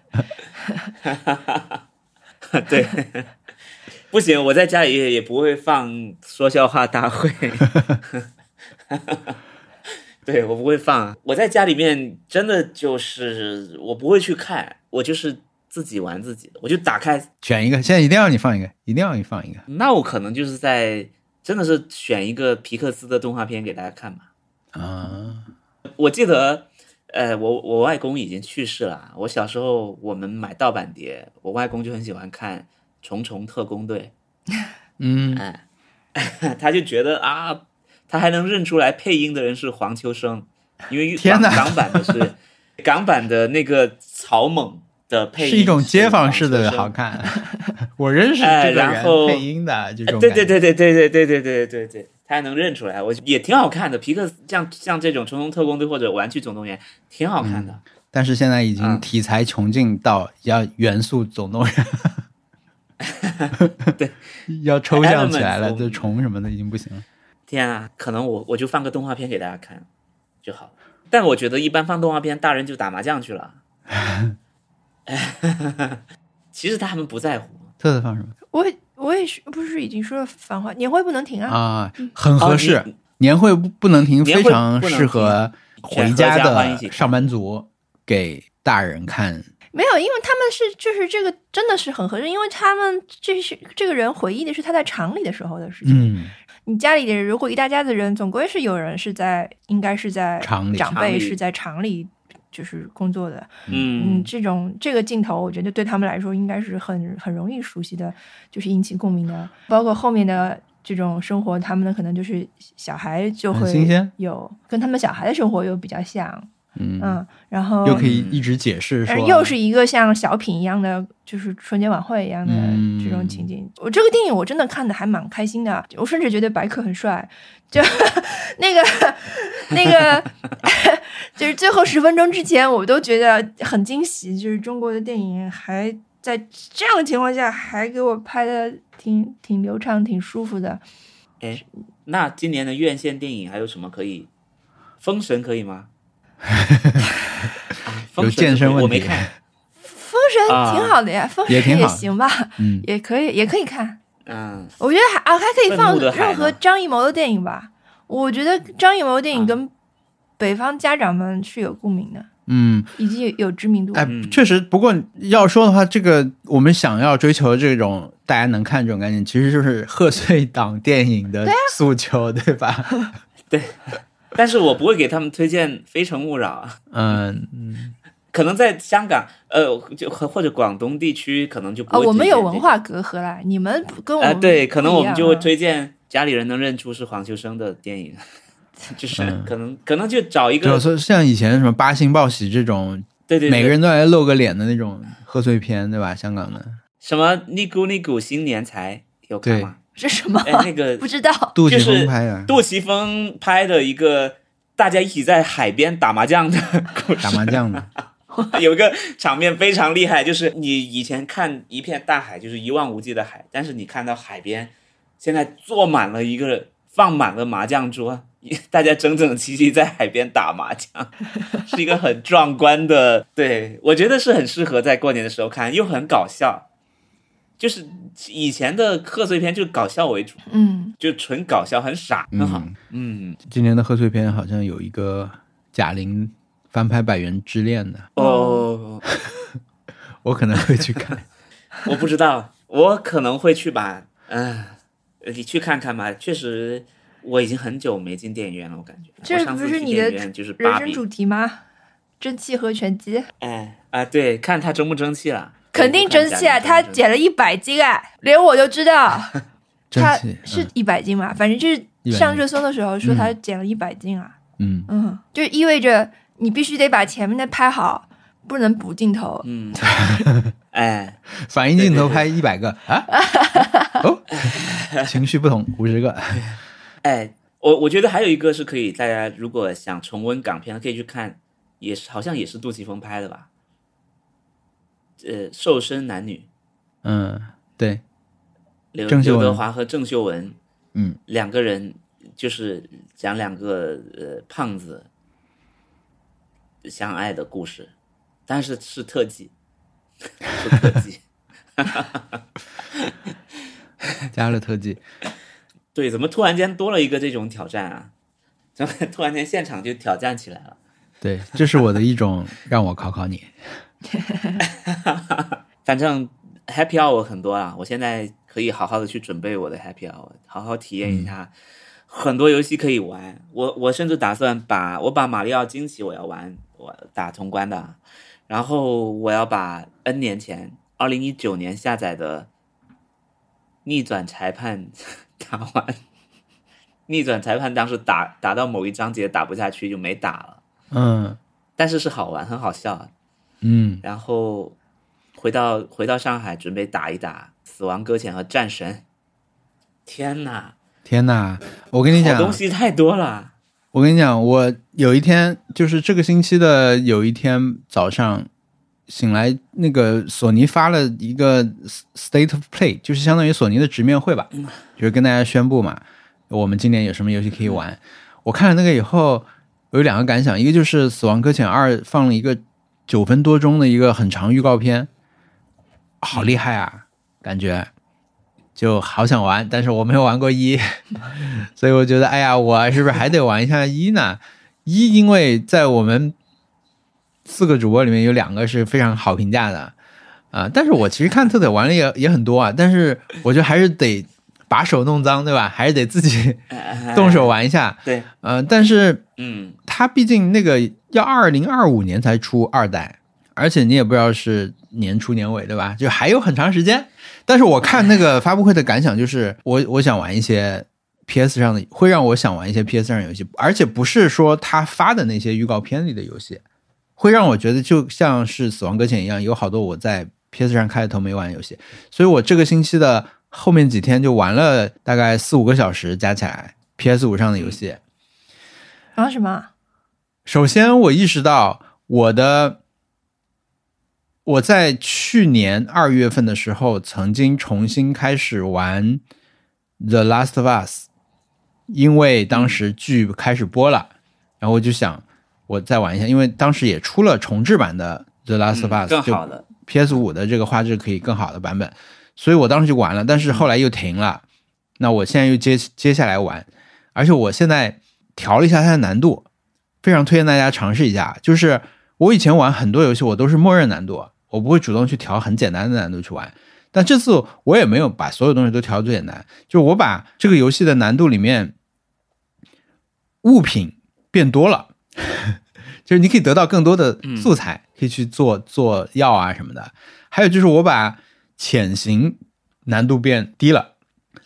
Speaker 3: 对，不行，我在家里也也不会放说笑话大会。对，我不会放。啊我在家里面真的就是我不会去看，我就是自己玩自己的，我就打开。
Speaker 1: 选一个，现在一定要你放一个，一定要你放一个。
Speaker 3: 那我可能就是在真的是选一个皮克斯的动画片给大家看吧。
Speaker 1: 啊，
Speaker 3: 我记得，呃，我我外公已经去世了。我小时候我们买盗版碟，我外公就很喜欢看《虫虫特工队》。
Speaker 1: 嗯，
Speaker 3: 他就觉得啊，他还能认出来配音的人是黄秋生，因为
Speaker 1: 天
Speaker 3: 港
Speaker 1: 哪
Speaker 3: 港版的是港版的那个草蜢的配音
Speaker 1: 是一种街坊式的
Speaker 3: 黄秋生
Speaker 1: 好看。 我认识
Speaker 3: 哎
Speaker 1: 这个
Speaker 3: 然后哎
Speaker 1: 人配音的这种
Speaker 3: 对
Speaker 1: 感觉，
Speaker 3: 对对对对对对对对对对，他还能认出来，我也挺好看的。皮克斯像像这种《虫虫特工队》或者《玩具总动员》挺好看的。
Speaker 1: 但是现在已经
Speaker 3: 嗯
Speaker 1: 题材穷尽到要元素总动员，
Speaker 3: 对，
Speaker 1: 要抽象起来了，
Speaker 3: Elements，
Speaker 1: 就虫什么的已经不行了。
Speaker 3: 天啊，可能我我就放个动画片给大家看就好了。但我觉得一般放动画片，大人就打麻将去了。 其实他们不在乎，
Speaker 1: 特特放什么
Speaker 2: 我我也是，不是已经说了繁花年会不能停啊？
Speaker 1: 啊？很合适。
Speaker 3: 哦你
Speaker 1: 年会不不能停，
Speaker 3: 年
Speaker 1: 非
Speaker 3: 会不
Speaker 1: 常
Speaker 3: 能
Speaker 1: 适合回家
Speaker 3: 全合家欢一起
Speaker 1: 的
Speaker 3: 看
Speaker 1: 上班族给大人看。
Speaker 2: 没有，因为他们是就是这个真的是很合适，因为他们这是这个人回忆的是他在厂里的时候的事情。
Speaker 1: 嗯，
Speaker 2: 你家里的人，如果一大家子人，总归是有人是在，应该是在
Speaker 1: 厂里
Speaker 2: 长
Speaker 3: 厂
Speaker 2: 辈
Speaker 3: 里
Speaker 2: 是在厂里就是工作的。嗯，
Speaker 3: 嗯，
Speaker 2: 这种这个镜头，我觉得对他们来说应该是很很容易熟悉的，就是引起共鸣的。包括后面的这种生活，他们的可能就是小孩就
Speaker 1: 很新
Speaker 2: 会
Speaker 1: 鲜
Speaker 2: 有跟他们小孩的生活又比较像，
Speaker 1: 嗯，
Speaker 2: 嗯，然后
Speaker 1: 又可以一直解释
Speaker 2: 但
Speaker 1: 说，
Speaker 2: 又是一个像小品一样的，就是春节晚会一样的
Speaker 1: 嗯
Speaker 2: 这种情景。我这个电影我真的看的还蛮开心的，啊我甚至觉得白客很帅，就 那个那个 就是最后十分钟之前，我都觉得很惊喜，就是中国的电影还在这样的情况下还给我拍的挺挺流畅、挺舒服的。
Speaker 3: 哎，那今年的院线电影还有什么可以？封神可以 吗？啊封
Speaker 1: 有
Speaker 3: 神
Speaker 1: 健身问题
Speaker 3: 我没看，
Speaker 2: 封神挺好的呀，封神
Speaker 1: 啊也挺好
Speaker 2: 行吧，
Speaker 1: 嗯
Speaker 2: 也可以，也可以看。
Speaker 3: 嗯，
Speaker 2: 我觉得还啊，还可以放
Speaker 3: 愤怒的海呢
Speaker 2: 任何张艺谋的电影吧。我觉得张艺谋的电影
Speaker 3: 啊
Speaker 2: 跟北方家长们是有共鸣的，
Speaker 1: 嗯，
Speaker 2: 以及有有知名度。啊
Speaker 1: 哎
Speaker 3: 嗯，
Speaker 1: 确实。不过要说的话，这个我们想要追求这种大家能看这种概念，其实就是贺岁档电影
Speaker 3: 啊
Speaker 1: 的诉求，对吧？
Speaker 3: 但是我不会给他们推荐《非诚勿扰》，
Speaker 1: 嗯嗯
Speaker 3: 可能在香港，呃，就或或者广东地区，可能就不
Speaker 2: 啊，
Speaker 3: 会、
Speaker 2: 我们有文，化隔阂啦，你们不跟我
Speaker 3: 啊、
Speaker 2: 们
Speaker 3: 对，可能我们就会
Speaker 2: 不一样啊
Speaker 3: 推荐家里人能认出是黄秋生的电影， 就是
Speaker 1: 嗯
Speaker 3: 可能可能就找一
Speaker 1: 就
Speaker 3: 个
Speaker 1: 是像以前什么《八星报喜》这种，
Speaker 3: 对对对
Speaker 1: 每个人都来露个脸的那种贺岁片，对吧？香港的
Speaker 3: 什么尼姑尼姑新年才有看吗？
Speaker 2: 是什么
Speaker 3: 哎，？那 个
Speaker 2: 不知道
Speaker 1: 杜琪
Speaker 3: 就是
Speaker 1: 峰拍的，
Speaker 3: 杜琪峰拍的一个大家一起在海边打麻将的 故事，
Speaker 1: 打麻将 的，
Speaker 3: 有一个场面非常厉害，就是你以前看一片大海，就是一望无际的海，但是你看到海边现在坐满了一个放满了麻将桌， 大家整整齐齐在海边打麻将，是一个很壮观的。对我觉得是很适合在过年的时候看，又很搞笑。就是以前的贺岁片就是搞笑为主，
Speaker 2: 嗯，
Speaker 3: 就纯搞笑，很傻，很好。
Speaker 1: 嗯
Speaker 3: 嗯，
Speaker 1: 今年的贺岁片好像有一个贾玲翻拍《百元之恋》的，
Speaker 3: 哦，
Speaker 1: 我可能会去 看。
Speaker 3: 我不知道，我可能会去吧。嗯、你去看看吧。确实，我已经很久没进电影院了，我感觉。
Speaker 2: 这
Speaker 3: 我上
Speaker 2: 不
Speaker 3: 次
Speaker 2: 是
Speaker 3: 去
Speaker 2: 你
Speaker 3: 电影
Speaker 2: 的
Speaker 3: 院就是
Speaker 2: 人
Speaker 3: 芭
Speaker 2: 生
Speaker 3: 比
Speaker 2: 主。题吗？蒸汽和拳击
Speaker 3: 哎啊，对，看他争不争气了。
Speaker 2: 肯定蒸汽啊！
Speaker 3: 我就
Speaker 2: 他
Speaker 3: 看贾玲
Speaker 2: 减了一百斤啊，连我都知道。
Speaker 1: 真
Speaker 2: 他
Speaker 1: 气
Speaker 2: 是一百斤嘛，反正就是上热搜的时候说
Speaker 1: 嗯
Speaker 2: 他减了一百斤啊。
Speaker 1: 嗯，
Speaker 2: 嗯，就意味着你必须得把前面的拍好，不能补镜头。
Speaker 3: 嗯， 哎，
Speaker 1: 嗯反应镜头拍一百 个啊， 哦， 情绪不同五十个，
Speaker 3: 哎，我我觉得还有一个是可以，大家如果想重温港片，可以去看，也是好像也是杜琪峰拍的吧。呃，瘦身男女，
Speaker 1: 嗯，对，
Speaker 3: 刘
Speaker 1: 郑秀
Speaker 3: 刘
Speaker 1: 文
Speaker 3: 德华和郑秀文，
Speaker 1: 嗯，
Speaker 3: 两个人就是讲两个呃胖子相爱的故事，但是是特技， 是特技。
Speaker 1: 加了特技，
Speaker 3: 对，怎么突然间多了一个这种挑战啊？怎么突然间现场就挑战起来了？
Speaker 1: 对，这是我的一种让我考考你，
Speaker 3: 反正 happy hour 很多啊，我现在可以好好的去准备我的 happy hour，好好体验一下，很多游戏可以玩。我我甚至打算把我把马里奥惊奇我要玩，我打通关的，然后我要把 N 年前二零一九年下载的逆转裁判 打完。逆转裁判当时打打到某一章节打不下去就没打了，
Speaker 1: 嗯
Speaker 3: 但是是好玩，很好笑，啊
Speaker 1: 嗯，
Speaker 3: 然后回到回到上海，准备打一打《死亡搁浅》和《战神》。天哪，
Speaker 1: 天哪，我跟你
Speaker 3: 好
Speaker 1: 讲，
Speaker 3: 东西太多了。
Speaker 1: 我跟你讲，我有一天就是这个星期的有一天早上醒来，那个索尼发了一个 State of Play，就是相当于索尼的直面会吧，就是跟大家宣布嘛，我们今年有什么游戏可以玩。我看了那个以后，我有两个感想，一个就是《死亡搁浅二》放了一个九分多钟的一个很长预告片，好厉害啊，感觉就好想玩，但是我没有玩过一。所以我觉得，哎呀，我是不是还得玩一下一呢？一，因为在我们四个主播里面有两个是非常好评价的啊、但是我其实看特特玩的也也很多啊，但是我觉得还是得把手弄脏，对吧？还是得自己
Speaker 3: 哎
Speaker 1: 动手玩一下。
Speaker 3: 对，
Speaker 1: 呃，但是
Speaker 3: 嗯，
Speaker 1: 它毕竟那个要二零二五年才出二代，而且你也不知道是年初年尾，对吧？就还有很长时间。但是我看那个发布会的感想就是， 我我想玩一些 PS 上的，会让我想玩一些 PS 上的游戏，而且不是说他发的那些预告片里的游戏，会让我觉得就像是《死亡搁浅》一样，有好多我在 PS 上开了头没玩的游戏，所以我这个星期的后面几天就玩了大概四五个小时加起来 PS 五上的游戏。
Speaker 2: 然后什么？
Speaker 1: 首先，我意识到我的我在去年二月份的时候，曾经重新开始玩《The Last of Us》，因为当时剧开始播了，然后我就想我再玩一下，因为当时也出了重制版的《The Last of
Speaker 3: 嗯
Speaker 1: Us
Speaker 3: 更》，
Speaker 1: 就
Speaker 3: 好的，
Speaker 1: PS 五的这个画质可以更好的版本，所以我当时就玩了，但是后来又停了。那我现在又接接下来玩，而且我现在调了一下它的难度，非常推荐大家尝试一下。就是我以前玩很多游戏，我都是默认难度，我不会主动去调很简单的难度去玩。但这次我也没有把所有东西都调得最简单，就我把这个游戏的难度里面物品变多了，就是你可以得到更多的素材，可以去做做药啊什么的。还有就是我把潜行难度变低了。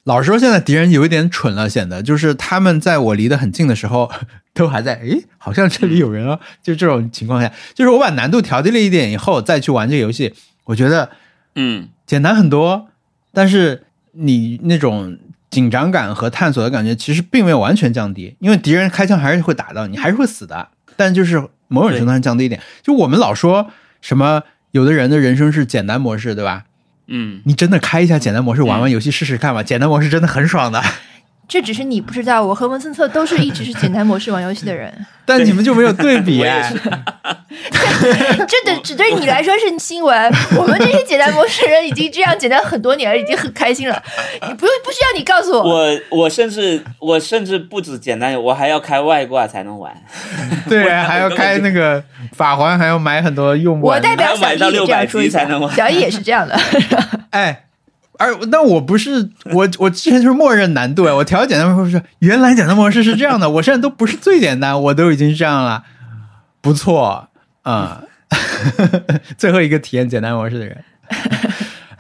Speaker 1: 老实说，现在敌人有一点蠢了，显得就是他们在我离得很近的时候， 都还在，诶，好像这里有人啊，就这种情况下，就是我把难度调低了一点以后，再去玩这个游戏，我觉得
Speaker 3: 嗯
Speaker 1: 简单很多，但是你那种紧张感和探索的感觉其实并没有完全降低，因为敌人开枪还是会打到你，还是会死的，但就是某种程度上降低一点。就我们老说什么，有的人的人生是简单模式，对吧？
Speaker 3: 嗯，
Speaker 1: 你真的开一下简单模式玩玩游戏试试看吧，简单模式真的很爽 的。
Speaker 2: 这只是你不知道，我和文森特都是一直是简单模式玩游戏的人。
Speaker 1: 但你们就没有对比、
Speaker 3: 我也
Speaker 1: 哎
Speaker 3: 是，
Speaker 2: 这对只对你来说是新闻，我们这些简单模式人已经这样简单很多年了，已经很开心了。你不用不需要你告诉我，
Speaker 3: 我我甚至我甚至不止简单，我还要开外挂才能玩，
Speaker 1: 对，啊
Speaker 3: 我
Speaker 1: 还要开那个法环，还要买很多用不
Speaker 2: 我
Speaker 1: 完的
Speaker 2: 代表小
Speaker 3: 还要买到
Speaker 2: 易也这样
Speaker 3: 600
Speaker 2: 说一
Speaker 3: 级才
Speaker 2: 下
Speaker 3: 能，玩
Speaker 2: 小易也是这样的。
Speaker 1: 哎，而那我不是我，我之前就是默认难度哎，我调简单模式，原来简单模式是这样的，我现在都不是最简单，我都已经这样了，不错啊、嗯 最后一个体验简单模式的人，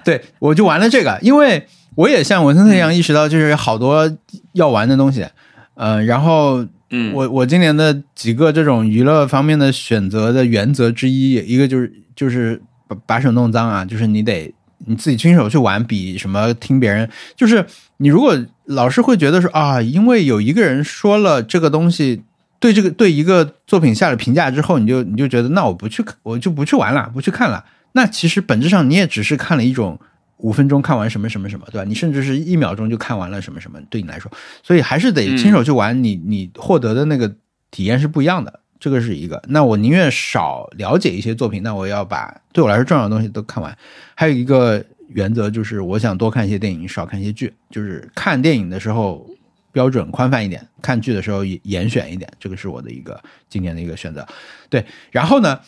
Speaker 1: 对我就玩了这个，因为我也像文森特一样意识到，就是有好多要玩的东西，嗯、然后
Speaker 3: 嗯，
Speaker 1: 我我今年的几个这种娱乐方面的选择的原则之一，一个就是就是把把手弄脏啊，就是你得你自己亲手去玩，比什么听别人，就是你如果老是会觉得说啊，因为有一个人说了这个东西。对这个对一个作品下了评价之后，你就你就觉得那我不去看我就不去玩了，不去看了。那其实本质上你也只是看了一种五分钟看完什么什么什么，对吧？你甚至是一秒钟就看完了什么什么，对你来说，所以还是得亲手去玩，你你获得的那个体验是不一样的。这个是一个。那我宁愿少了解一些作品，那我要把对我来说重要的东西都看完。还有一个原则就是，我想多看一些电影，少看一些剧。就是看电影的时候标准宽泛一点，看剧的时候严选一点。这个是我的一个今年的一个选择。对，然后呢，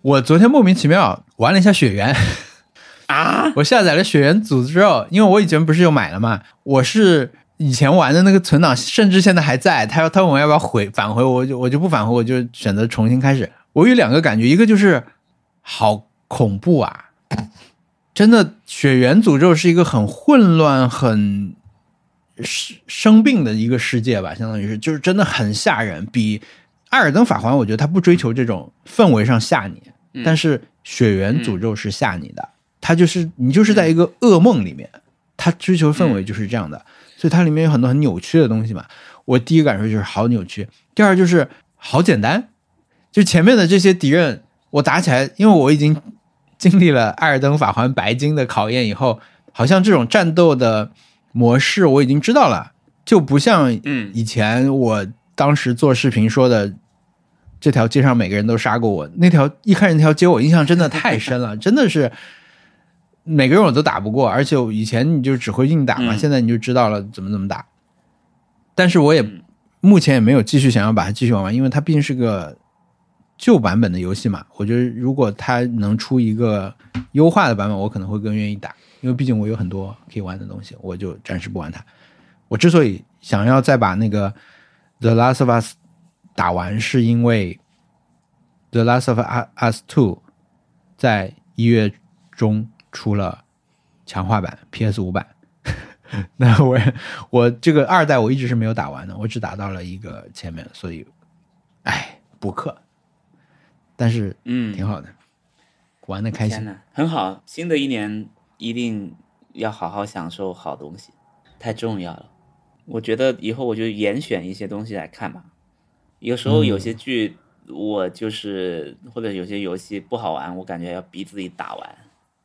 Speaker 1: 我昨天莫名其妙玩了一下《雪原》。
Speaker 3: 啊，
Speaker 1: 我下载了《血缘组》之后，因为我以前不是有买了嘛，我是以前玩的那个存档，甚至现在还在。他要他问我要不要回返回，我就我就不返回，我就选择重新开始。我有两个感觉，一个就是好恐怖啊，真的《血缘诅咒》是一个很混乱、很生生病的一个世界吧，相当于是，就是真的很吓人。比《艾尔登法环》，我觉得它不追求这种氛围上吓你，
Speaker 3: 嗯
Speaker 1: 但是《血缘诅咒》是吓你的，它就是你就是在一个噩梦里面，它追求氛围就是这样的，所以它里面有很多很扭曲的东西嘛。我第一个感受就是好扭曲，第二就是好简单，就前面的这些敌人，我打起来，因为我已经经历了《艾尔登法环》白金的考验以后，好像这种战斗的模式我已经知道了，就不像
Speaker 3: 嗯
Speaker 1: 以前我当时做视频说的，这条街上每个人都杀过我。那条一开始那条街，我印象真的太深 了，真的是每个人我都打不过，而且我以前你就只会硬打嘛，
Speaker 3: 嗯
Speaker 1: 现在你就知道了怎么怎么打。但是我也
Speaker 3: 嗯
Speaker 1: 目前也没有继续想要把它继续玩完，因为它毕竟是个旧版本的游戏嘛，我觉得如果它能出一个优化的版本，我可能会更愿意打，因为毕竟我有很多可以玩的东西，我就暂时不玩它。我之所以想要再把那个《The Last of Us》打完，是因为《The Last of Us Two》在一月中出了强化版 PS 五版。 那我我这个二代我一直是没有打完的，我只打到了一个前面，所以，哎，补课，但是
Speaker 3: 嗯，
Speaker 1: 挺好的，玩的开
Speaker 3: 天
Speaker 1: 心。
Speaker 3: 呐，很好！新的一年一定要好好享受好东西，太重要了。我觉得以后我就严选一些东西来看吧。有时候有些剧我就是、或者有些游戏不好玩，我感觉要逼自己打完。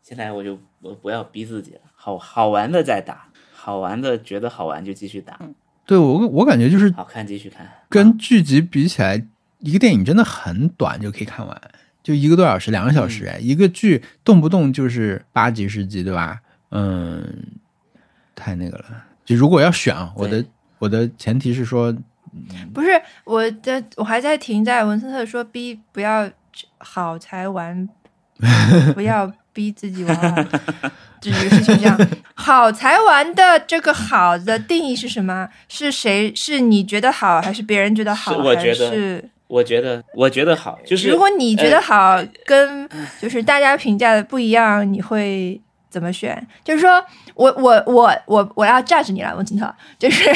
Speaker 3: 现在我就我不要逼自己了，好好玩的再打，好玩的觉得好玩就继续打，
Speaker 1: 对我我感觉就是
Speaker 3: 好看继续看。
Speaker 1: 跟剧集比起来，一个电影真的很短就可以看完，就一个多小时、两个小
Speaker 3: 嗯
Speaker 1: 时。哎，一个剧动不动就是八集、十集，对吧？嗯，太那个了。就如果要选啊，我的
Speaker 3: 对嗯
Speaker 1: 我的前提是说，
Speaker 2: 不是我的，我还在停在文森特说逼不要好才玩， 不要逼自己玩好，这个事情上， 好才玩的这个好的定义是什么？是谁？是你觉得好，还是别人觉得好？
Speaker 3: 是我觉得
Speaker 2: 还是
Speaker 3: 我觉得我觉得好，就是呃
Speaker 2: 如果你觉得好，跟就是大家评价的不一样，你会怎么选？就是说我我我我我要 judge 你了，文森特，就是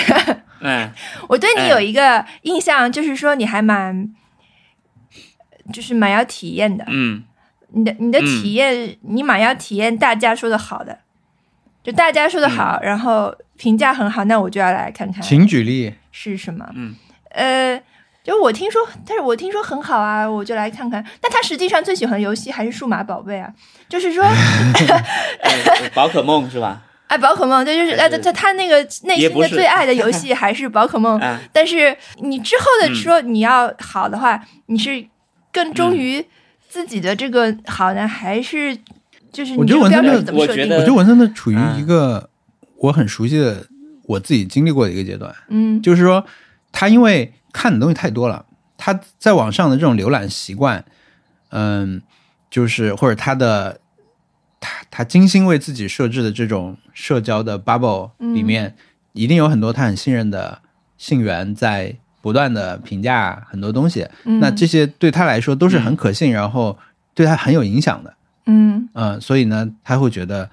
Speaker 3: 嗯
Speaker 2: 我对你有一个印象，就是说你还蛮，就是蛮要体验的。
Speaker 3: 嗯
Speaker 2: 你的你的体验，你蛮要体验大家说的好的，就大家
Speaker 3: 嗯
Speaker 2: 说的好，然后评价很好，那我就要来看看
Speaker 1: 请举例。
Speaker 2: 是什么。
Speaker 3: 嗯，
Speaker 2: 呃，就我听说，但是我听说很好啊，我就来看看。但他实际上最喜欢的游戏还是数码宝贝啊，就是说，
Speaker 3: 呃宝可梦是吧？
Speaker 2: 哎，宝可梦，这就是哎，
Speaker 3: 还是
Speaker 2: 他他他那个内
Speaker 3: 也
Speaker 2: 心
Speaker 3: 不
Speaker 2: 的
Speaker 3: 是
Speaker 2: 最爱的游戏还是宝可梦。
Speaker 3: 啊，
Speaker 2: 但是你之后
Speaker 3: 嗯
Speaker 2: 的说你要好的话，你是更忠于自己的这个好呢，还是就是
Speaker 1: 我
Speaker 2: 你
Speaker 1: 觉
Speaker 2: 这
Speaker 1: 得文森
Speaker 2: 个标准
Speaker 1: 特
Speaker 2: 是怎么设定
Speaker 3: 我
Speaker 1: 我
Speaker 2: 的？
Speaker 1: 觉得文森特处于一
Speaker 3: 嗯
Speaker 1: 个我很熟悉的我自己经历过的一个阶段，
Speaker 2: 嗯
Speaker 1: 就是说他因为看的东西太多了，他在网上的这种浏览习惯，嗯，就是或者他的他他精心为自己设置的这种社交的 bubble
Speaker 2: 嗯
Speaker 1: 里面，一定有很多他很信任的信源在不断的评价很多东西，
Speaker 2: 嗯，
Speaker 1: 那这些对他来说都是很可信，然后对他很有影响的。
Speaker 2: 嗯
Speaker 1: 嗯，所以呢，他会觉得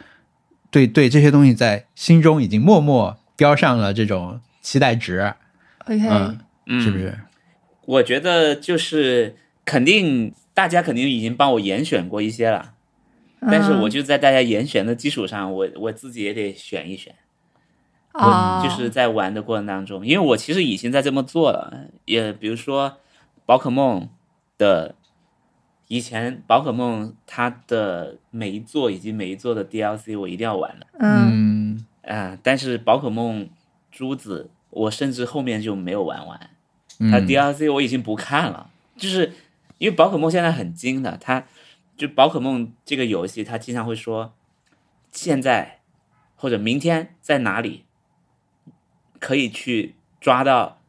Speaker 1: 对对这些东西在心中已经默默标上了这种期待值，
Speaker 2: ，OK，
Speaker 1: 嗯，
Speaker 3: 嗯，
Speaker 1: 是不是？
Speaker 3: 我觉得就是肯定大家肯定已经帮我严选过一些了，但是我就在大家严选的基础上，我我自己也得选一选，
Speaker 2: 啊，
Speaker 3: 就是在玩的过程当中，因为我其实已经在这么做了，也比如说宝可梦的。以前宝可梦它的每一座以及每一座的 DLC 我一定要玩的，
Speaker 2: 嗯
Speaker 1: 嗯，
Speaker 3: 啊、但是宝可梦珠子我甚至后面就没有玩完，
Speaker 1: 嗯
Speaker 3: 它 DLC 我已经不看了，就是因为宝可梦现在很精的，它就宝可梦这个游戏，它经常会说现在或者明天在哪里可以去抓到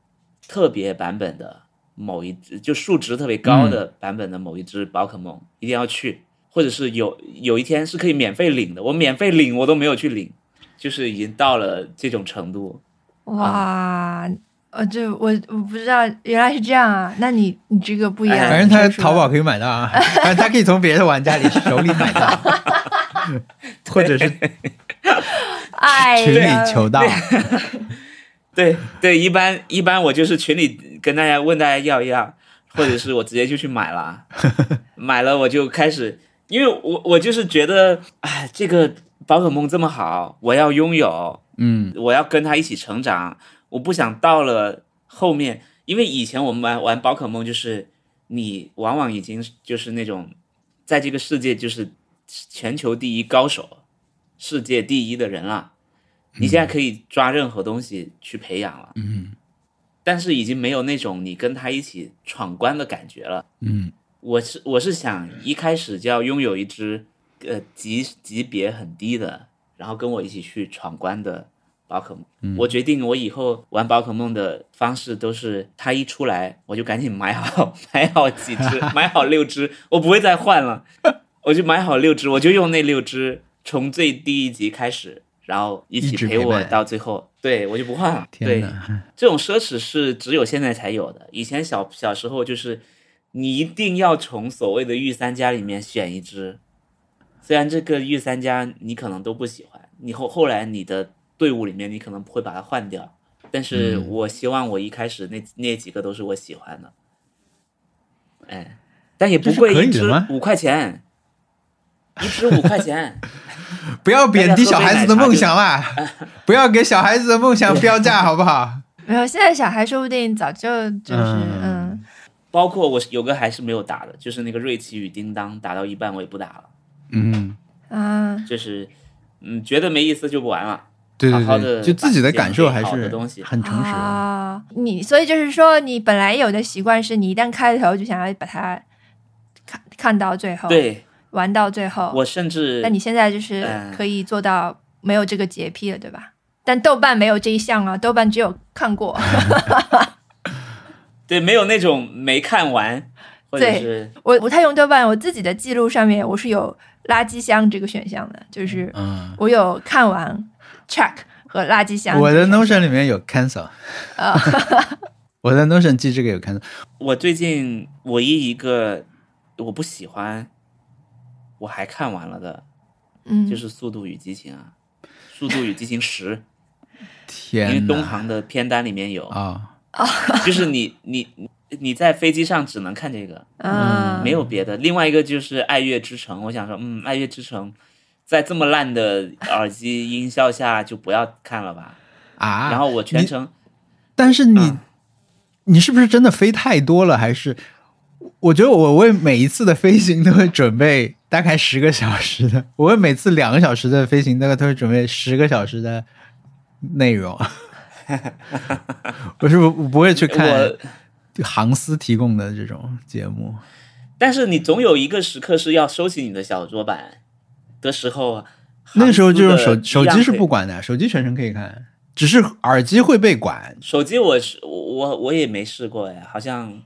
Speaker 3: 特别版本的某一只，就数值特别高的版本的某一只宝可梦，一定要去，或者是有有一天是可以免费领的，我免费领我都没有去领，就是已经到了这种程度，
Speaker 2: 哇。
Speaker 3: 嗯
Speaker 2: 呃，这我我不知道，原来是这样啊！那你你这个不一样，
Speaker 3: 哎
Speaker 1: 反正他
Speaker 2: 你说出来
Speaker 1: 淘宝可以买到啊， 反正他可以从别的玩家里手里买 到，或者是
Speaker 2: 哎
Speaker 1: 群
Speaker 2: 呀
Speaker 1: 里求到。
Speaker 3: 对对，一般一般我就是群里跟大家问大家要一要，或者是我直接就去买了，买了我就开始，因为我我就是觉得，哎，这个宝可梦这么好，我要拥有，
Speaker 1: 嗯
Speaker 3: 我要跟它一起成长，我不想到了后面，因为以前我们玩玩宝可梦，就是你往往已经就是那种在这个世界就是全球第一高手，世界第一的人了。你现在可以抓任何东西去培养了，
Speaker 1: 嗯
Speaker 3: 但是已经没有那种你跟他一起闯关的感觉了。
Speaker 1: 嗯
Speaker 3: 我是我是想一开始就要拥有一只呃级级别很低的，然后跟我一起去闯关的宝可梦。
Speaker 1: 嗯
Speaker 3: 我决定我以后玩宝可梦的方式都是，它一出来我就赶紧买好 买好几只，买好六只，我不会再换了，我就买好六只，我就用那六只从最低一级开始，然后一
Speaker 1: 一
Speaker 3: 起
Speaker 1: 直
Speaker 3: 陪
Speaker 1: 陪
Speaker 3: 我
Speaker 1: 伴
Speaker 3: 到最后，对我就不换了。
Speaker 1: 天
Speaker 3: 对，
Speaker 1: 哪，
Speaker 3: 这种奢侈是只有现在才有的，以前小小时候就是你一定要从所谓的御三家里面选一只，虽然这个御三家你可能都不喜欢，你后后来你的队伍里面你可能会把它换掉，但是
Speaker 1: 嗯
Speaker 3: 我希望我一开始那那几个都是我喜欢的，哎，但也不贵，
Speaker 1: 这是可以
Speaker 3: 一
Speaker 1: 的
Speaker 3: 只
Speaker 1: 吗
Speaker 3: 五块钱，一只五块 钱。
Speaker 1: 不要贬低小孩子的梦想啦，不要给小孩子的梦想标价，好不 好？
Speaker 2: 没有，现在小孩说不定早就就是
Speaker 1: 嗯
Speaker 2: 嗯
Speaker 3: 包括我有个还是没有打的，就是那个瑞奇与叮当，打到一半我也不打了。
Speaker 1: 嗯，
Speaker 2: 啊，
Speaker 3: 就是嗯，觉得没意思就不玩了。
Speaker 1: 对对
Speaker 3: 好好
Speaker 1: 对，
Speaker 3: 地
Speaker 1: 就自己的感受还
Speaker 3: 把这
Speaker 1: 是
Speaker 3: 些东西
Speaker 1: 很诚实的。
Speaker 2: 啊。你所以就是说，你本来有的习惯是你一旦开头就想要把它看看到最后，，
Speaker 3: 对
Speaker 2: 玩到最后。
Speaker 3: 我甚至
Speaker 2: 哦但你现在就是
Speaker 3: 嗯
Speaker 2: 可以做到没有这个洁癖了，对
Speaker 3: 哎
Speaker 2: 吧？但豆瓣没有这一项啊，豆瓣只有看 过。
Speaker 3: 对没有那种没看完，或者
Speaker 2: 对
Speaker 3: 是
Speaker 2: 我不太用豆瓣，我自己的记录上面我是有垃圾箱这个选项的，就是
Speaker 1: 嗯，
Speaker 2: 我有看完 check 和垃圾箱。
Speaker 1: 我的 Notion 里面有 cancel，
Speaker 2: 啊，
Speaker 1: 我的 Notion 记这个有 cancel，
Speaker 3: 我最近唯一一个我不喜欢，我还看完了的，
Speaker 2: 嗯，
Speaker 3: 就是《速度与激情》啊，《速度与激 情十》，因为
Speaker 1: 天
Speaker 3: 东
Speaker 1: 哪！
Speaker 3: 航的片单里面有，
Speaker 1: 啊，
Speaker 3: 就是你你你你在飞机上只能看这个，
Speaker 2: 啊，
Speaker 3: 嗯没有别的。另外一个就是《爱乐之城》，我想说，嗯，《爱乐之城》在这么烂的耳机音效下就不要看了吧。
Speaker 1: 啊！
Speaker 3: 然后我全程
Speaker 1: 但是你、
Speaker 3: 嗯
Speaker 1: 你是不是真的飞太多了？还是我觉得我为每一次的飞行都会准备大概十个小时的，我为每次两个小时的飞行大概都会准备十个小时的内 容。我是不我不会去看
Speaker 3: 我，
Speaker 1: 航司提供的这种节目，
Speaker 3: 但是你总有一个时刻是要收起你的小桌板的时候，
Speaker 1: 那个时候就用
Speaker 3: 航司
Speaker 1: 手
Speaker 3: 的
Speaker 1: 手机是不管的，手机全程可以看，只是耳机会被管。
Speaker 3: 手机我是我我我也没试过呀，好像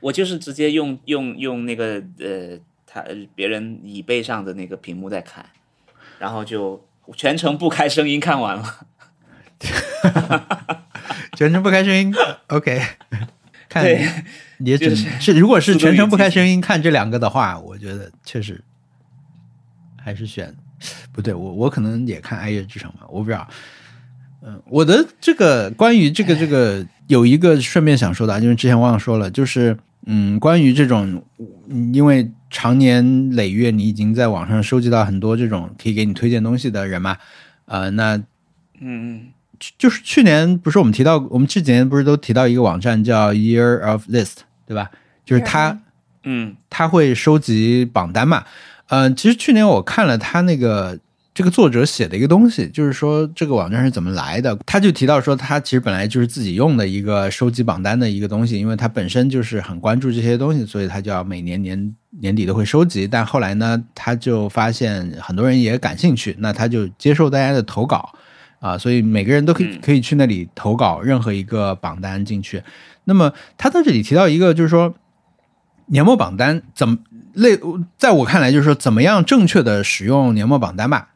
Speaker 3: 我就是直接用用用那个呃，他别人椅背上的那个屏幕在看，然后就全程不开声音看完了。
Speaker 1: 全程不开声音，OK。看
Speaker 3: 对，
Speaker 1: 也只、
Speaker 3: 就是
Speaker 1: 如果是
Speaker 3: 速度
Speaker 1: 全程不
Speaker 3: 与激
Speaker 1: 开声音看这两个的话，我觉得确实还是选不对。我我可能也看《爱乐之城》吧，我不知道。嗯、我的这个关于这个这个有一个顺便想说的啊，因为之前忘了说了，就是嗯，关于这种，嗯因为常年累月你已经在网上收集到很多这种可以给你推荐东西的人嘛，呃，那
Speaker 3: 嗯嗯，
Speaker 1: 就是去年不是我们提到，我们这几年不是都提到一个网站叫 Year of List，对吧？就是它
Speaker 3: 嗯，
Speaker 1: 它会收集榜单嘛。嗯、其实去年我看了他那个这个作者写的一个东西，就是说这个网站是怎么来的。他就提到说，他其实本来就是自己用的一个收集榜单的一个东西，因为他本身就是很关注这些东西，所以他就要每年年年底都会收集。但后来呢，他就发现很多人也感兴趣，那他就接受大家的投稿。啊，所以每个人都可以
Speaker 3: 嗯
Speaker 1: 可以去那里投稿任何一个榜单进去。那么他在这里提到一个，就是说年末榜单怎么类，在我看来就是说怎么样正确的使用年末榜单吧。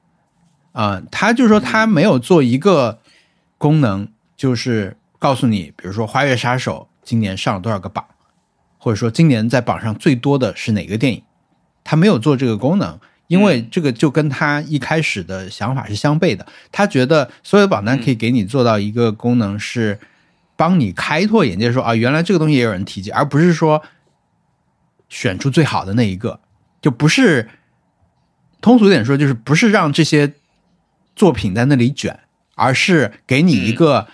Speaker 1: 啊、他就说他没有做一个功能，就是告诉你，比如说《花月杀手》今年上了多少个榜，或者说今年在榜上最多的是哪个电影，他没有做这个功能。因为这个就跟他一开始的想法是相悖的，他觉得所有的榜单可以给你做到一个功能是帮你开拓眼界说，啊，原来这个东西也有人提及，而不是说选出最好的那一个，就不是通俗点说，就是不是让这些作品在那里卷，而是给你一个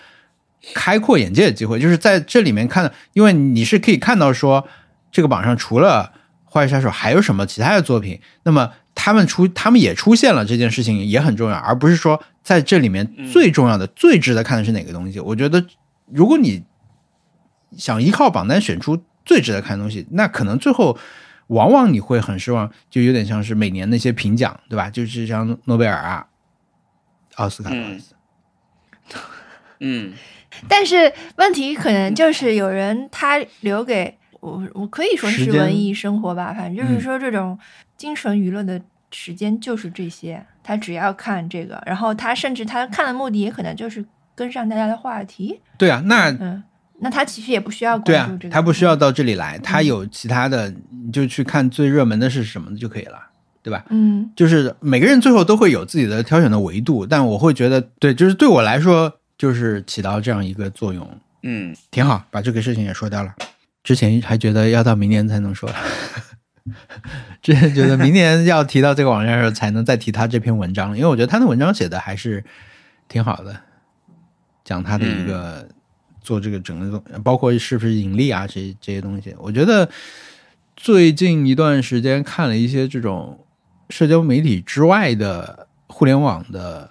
Speaker 1: 开阔眼界的机会，就是在这里面看到，因为你是可以看到说这个榜上除了《坏杀手》还有什么其他的作品，那么他们出他们也出现了这件事情也很重要，而不是说在这里面最重要的、最值得看的是哪个东西。我觉得，如果你想依靠榜单选出最值得看的东西，那可能最后往往你会很失望，就有点像是每年那些评奖，对吧？就是像诺贝尔啊、奥斯卡，
Speaker 3: 嗯
Speaker 1: 不好意思
Speaker 3: 嗯
Speaker 2: 但是问题可能就是有人他留给我，我可以说
Speaker 1: 时
Speaker 2: 是
Speaker 1: 间
Speaker 2: 文艺生活吧，反正
Speaker 1: 嗯
Speaker 2: 就是说这种精神娱乐的时间就是这些，他只要看这个，然后他甚至他看的目的也可能就是跟上大家的话题，
Speaker 1: 对啊，那
Speaker 2: 嗯，那他其实也不需要
Speaker 1: 对
Speaker 2: 关
Speaker 1: 啊
Speaker 2: 注这，个，嗯
Speaker 1: 他不需要，到这里来，他有其他的，你就去看最热门的是什么就可以了，对吧？
Speaker 2: 嗯
Speaker 1: 就是每个人最后都会有自己的挑选的维度，但我会觉得，对，就是对我来说，就是起到这样一个作用，
Speaker 3: 嗯，
Speaker 1: 挺好，把这个事情也说掉了。之前还觉得要到明年才能说， 之前觉得明年要提到这个网站的时候才能再提他这篇文章，因为我觉得他的文章写的还是挺好的，讲他的一个做这个整个东，包括是不是盈利啊这些这些东西，我觉得最近一段时间看了一些这种社交媒体之外的互联网的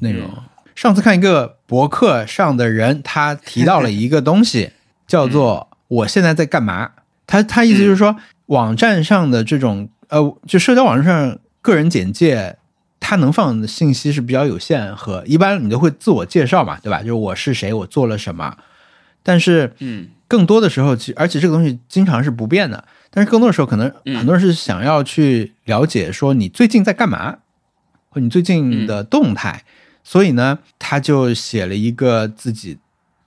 Speaker 1: 内容。上次看一个博客上的人，他提到了一个东西，叫做“我现在在干嘛”。他他意思就是说，网站上的这种呃，就社交网站上个人简介，它能放的信息是比较有限和一般你都会自我介绍嘛，对吧？就是我是谁，我做了什么。但是，
Speaker 3: 嗯，
Speaker 1: 更多的时候，其而且这个东西经常是不变的，但是更多的时候，可能
Speaker 3: 嗯
Speaker 1: 很多人是想要去了解说你最近在干嘛，或你最近的动态，所以呢，他就写了一个自己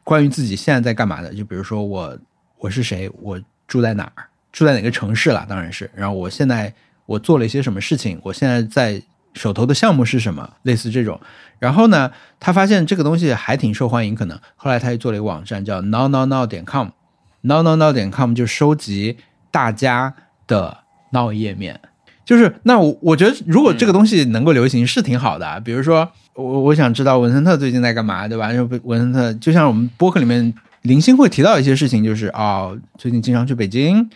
Speaker 1: 关于自己现在在干嘛的，就比如说我我是谁，我住在哪儿，住在哪个城市了，当然是，然后我现在我做了一些什么事情，我现在在手头的项目是什么，类似这种。然后呢，他发现这个东西还挺受欢迎，可能后来他又做了一个网站叫 now now now 点 com。now now now 点 com 就收集大家的 now 页面。就是那我我觉得，如果这个东西能够流行，是挺好的啊。比如说，我我想知道文森特最近在干嘛，对吧？因为文森特就像我们播客里面零星会提到一些事情，就是哦，最近经常去北京，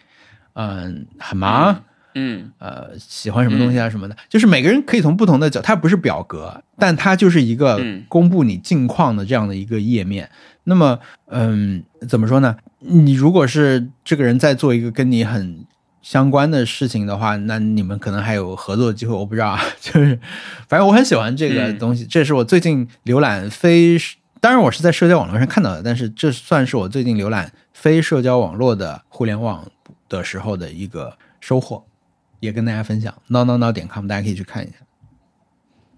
Speaker 1: 嗯，很忙，
Speaker 3: 嗯
Speaker 1: 呃，喜欢什么东西啊什么的，就是每个人可以从不同的角，它不是表格，但它就是一个
Speaker 3: 嗯
Speaker 1: 公布你近况的这样的一个页面。那么，嗯，怎么说呢？你如果是这个人在做一个跟你很相关的事情的话，那你们可能还有合作的机会，我不知道啊。就是，反正我很喜欢这个
Speaker 3: 嗯
Speaker 1: 东西，这是我最近浏览非，当然我是在社交网络上看到的，但是这算是我最近浏览非社交网络的互联网的时候的一个收获。也跟大家分享 no no no 点 com，大家可以去看一下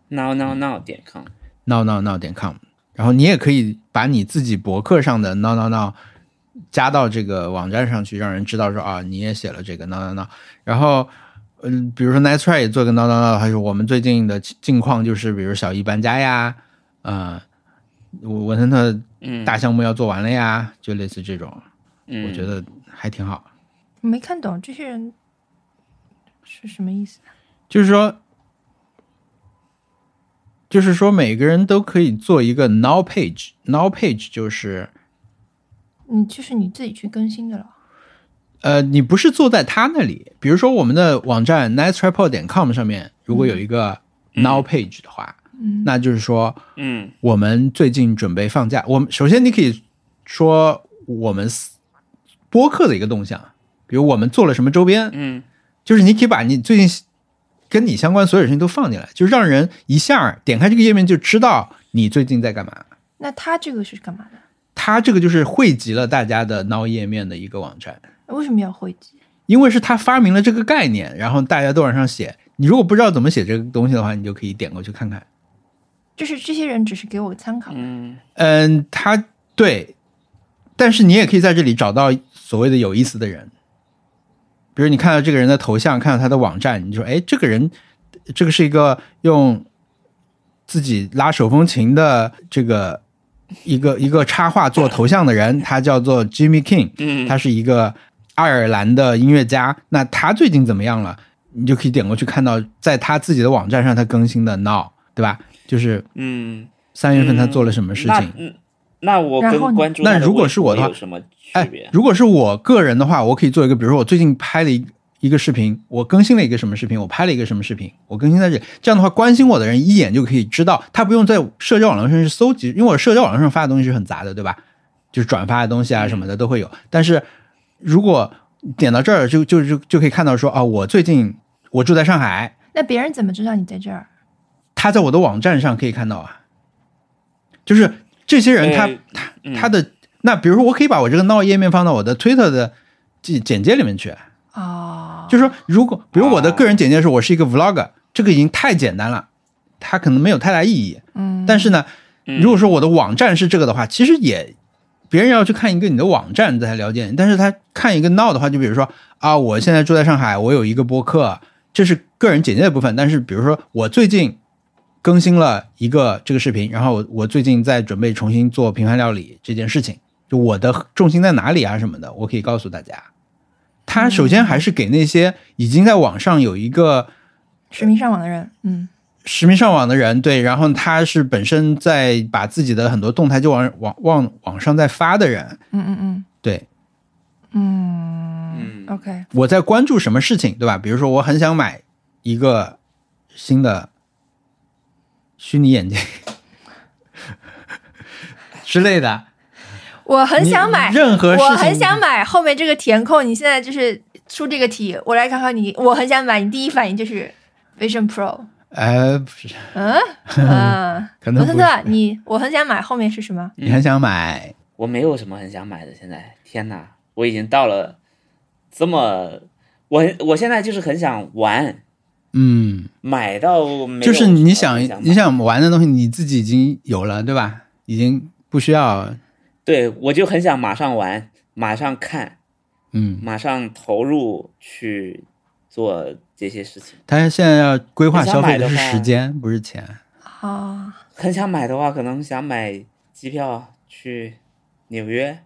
Speaker 3: ，now now now 点 com，
Speaker 1: no no no 点 com，然后你也可以把你自己博客上的 no no no 加到这个网站上去，让人知道说啊你也写了这个 no no no，然后嗯，比如说 Nice Try 也做个 no no no，还是我们最近的近况就是，比如小易搬家呀，呃，我文森特
Speaker 3: 嗯，
Speaker 1: 大项目要做完了呀，就类似这种，
Speaker 3: 嗯，
Speaker 1: 我觉得还挺好。
Speaker 2: 我没看懂这些人是什么意思，
Speaker 1: 就是说，就是说，每个人都可以做一个 now page。now page 就是，
Speaker 2: 你嗯就是你自己去更新的了，
Speaker 1: 呃，你不是坐在他那里。比如说，我们的网站 nicereport 点 com 上面，如果有一个 now page 的话，
Speaker 2: 嗯
Speaker 1: 那就是说，
Speaker 3: 嗯
Speaker 1: 我们最近准备放假。我们首先你可以说我们播客的一个动向，比如我们做了什么周边，
Speaker 3: 嗯
Speaker 1: 就是你可以把你最近跟你相关所有事情都放进来，就让人一下点开这个页面就知道你最近在干嘛。
Speaker 2: 那他这个是干嘛的？
Speaker 1: 它这个就是汇集了大家的 Now 页面的一个网站，
Speaker 2: 为什么要汇集？
Speaker 1: 因为是他发明了这个概念，然后大家都往上写。你如果不知道怎么写这个东西的话，你就可以点过去看看。
Speaker 2: 就是这些人只是给我参考，
Speaker 3: 嗯
Speaker 1: 嗯，他对，但是你也可以在这里找到所谓的有意思的人，比如你看到这个人的头像，看到他的网站，你就说，哎，这个人，这个是一个用自己拉手风琴的这个一个一个插画做头像的人，他叫做 Jimmy King，
Speaker 3: 嗯，
Speaker 1: 他是一个爱尔兰的音乐家，那他最近怎么样了？你就可以点过去看到，在他自己的网站上他更新的 Now，对吧？就是
Speaker 3: 嗯，
Speaker 1: 三月份他做了什么事情？
Speaker 3: 那嗯那我
Speaker 2: 然后
Speaker 3: 跟
Speaker 2: 呢
Speaker 3: 关注
Speaker 1: 那
Speaker 3: 他的
Speaker 1: 如果
Speaker 3: 微
Speaker 1: 是
Speaker 3: 博
Speaker 1: 我的话
Speaker 3: 有什么区
Speaker 1: 哎
Speaker 3: 别，？
Speaker 1: 如果是我个人的话，我可以做一个，比如说我最近拍了一一个视频，我更新了一个什么视频，我拍了一个什么视频，我更新在这里。这样的话，关心我的人一眼就可以知道，他不用在社交网络上去搜集，因为我社交网络上发的东西是很杂的，对吧？就是转发的东西啊
Speaker 3: 嗯
Speaker 1: 什么的都会有。但是如果点到这儿，就就就就可以看到说，啊，我最近我住在上海，
Speaker 2: 那别人怎么知道你在这儿？
Speaker 1: 他在我的网站上可以看到啊，就是这些人他
Speaker 3: 对
Speaker 1: 他
Speaker 3: 嗯
Speaker 1: 他的那，比如说我可以把我这个 Now 页面放到我的 Twitter 的简简介里面去，
Speaker 2: 哦，
Speaker 1: 就是说，如果比如我的
Speaker 3: 哦
Speaker 1: 个人简介是我是一个 Vlog，这个已经太简单了，它可能没有太大意义。
Speaker 2: 嗯，
Speaker 1: 但是呢，
Speaker 3: 嗯
Speaker 1: 如果说我的网站是这个的话，其实也别人要去看一个你的网站才了解你，但是他看一个 Now 的话，就比如说啊，我现在住在上海，我有一个播客，这是个人简介的部分。但是比如说我最近更新了一个这个视频，然后我我最近在准备重新做平凡料理这件事情，就我的重心在哪里啊什么的，我可以告诉大家。他首先还是给那些已经在网上有一个
Speaker 2: 实名上网的人，嗯，
Speaker 1: 实名上网的人，对，然后他是本身在把自己的很多动态就往往往往上在发的人，
Speaker 2: 嗯嗯
Speaker 1: 对
Speaker 2: 嗯嗯
Speaker 3: 嗯
Speaker 2: ，OK，
Speaker 1: 我在关注什么事情，对吧？比如说我很想买一个新的虚拟眼镜 之类的，
Speaker 2: 我很想买
Speaker 1: 你，任何事情，
Speaker 2: 我很想买。后面这个填空，你现在就是出这个题，我来考考你。我很想买，你第一反应就是 Vision Pro。
Speaker 1: 呃，不是，
Speaker 2: 嗯嗯，
Speaker 1: 可
Speaker 2: 罗
Speaker 1: 能
Speaker 2: 森
Speaker 1: 不是，
Speaker 2: 特，你我很想买，后面是什么？
Speaker 1: 你很想买，
Speaker 3: 我没有什么很想买的，现在天哪，我已经到了这么，我很我现在就是很想玩，
Speaker 1: 嗯，
Speaker 3: 买到没有
Speaker 1: 就是你想
Speaker 3: 很想买
Speaker 1: 你想玩的东西你自己已经有了，对吧？已经不需要，
Speaker 3: 对我就很想马上玩，马上看，
Speaker 1: 嗯。
Speaker 3: 马上投入去做这些事情。
Speaker 1: 他现在要规划
Speaker 3: 你想
Speaker 1: 消费
Speaker 3: 买的
Speaker 1: 是
Speaker 3: 话
Speaker 1: 时间，不是钱。
Speaker 2: 啊，
Speaker 3: 很想买的话，可能想买机票去纽约。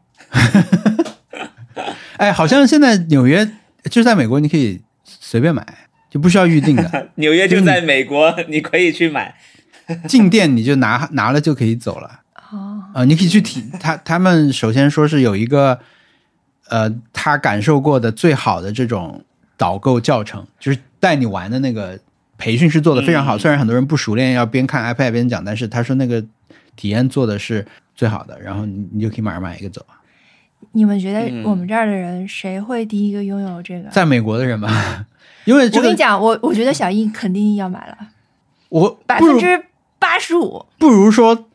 Speaker 1: 哎，好像现在纽约就是在美国，你可以随便买，就不需要预定 的，
Speaker 3: 纽约
Speaker 1: 嗯
Speaker 3: 就在美国， 你可以去买。
Speaker 1: 进店你就拿拿了就可以走了。
Speaker 2: 哦，
Speaker 1: 啊、你可以去体他他们首先说是有一个，呃，他感受过的最好的这种导购教程，就是带你玩的那个培训是做的非常好。
Speaker 3: 嗯
Speaker 1: 虽然很多人不熟练，要边看 iPad 边讲，但是他说那个体验做的是最好的，然后你你就可以马上买一个走。
Speaker 2: 你们觉得
Speaker 3: 嗯
Speaker 2: 我们这儿的人谁会第一个拥有这个？
Speaker 1: 在美国的人吧， 因为这
Speaker 2: 我
Speaker 1: 个
Speaker 2: 跟你讲，我我觉得小易肯定要买了，
Speaker 1: 我
Speaker 2: 百
Speaker 1: 不
Speaker 2: 分
Speaker 1: 如
Speaker 2: 之八十五
Speaker 1: 不如说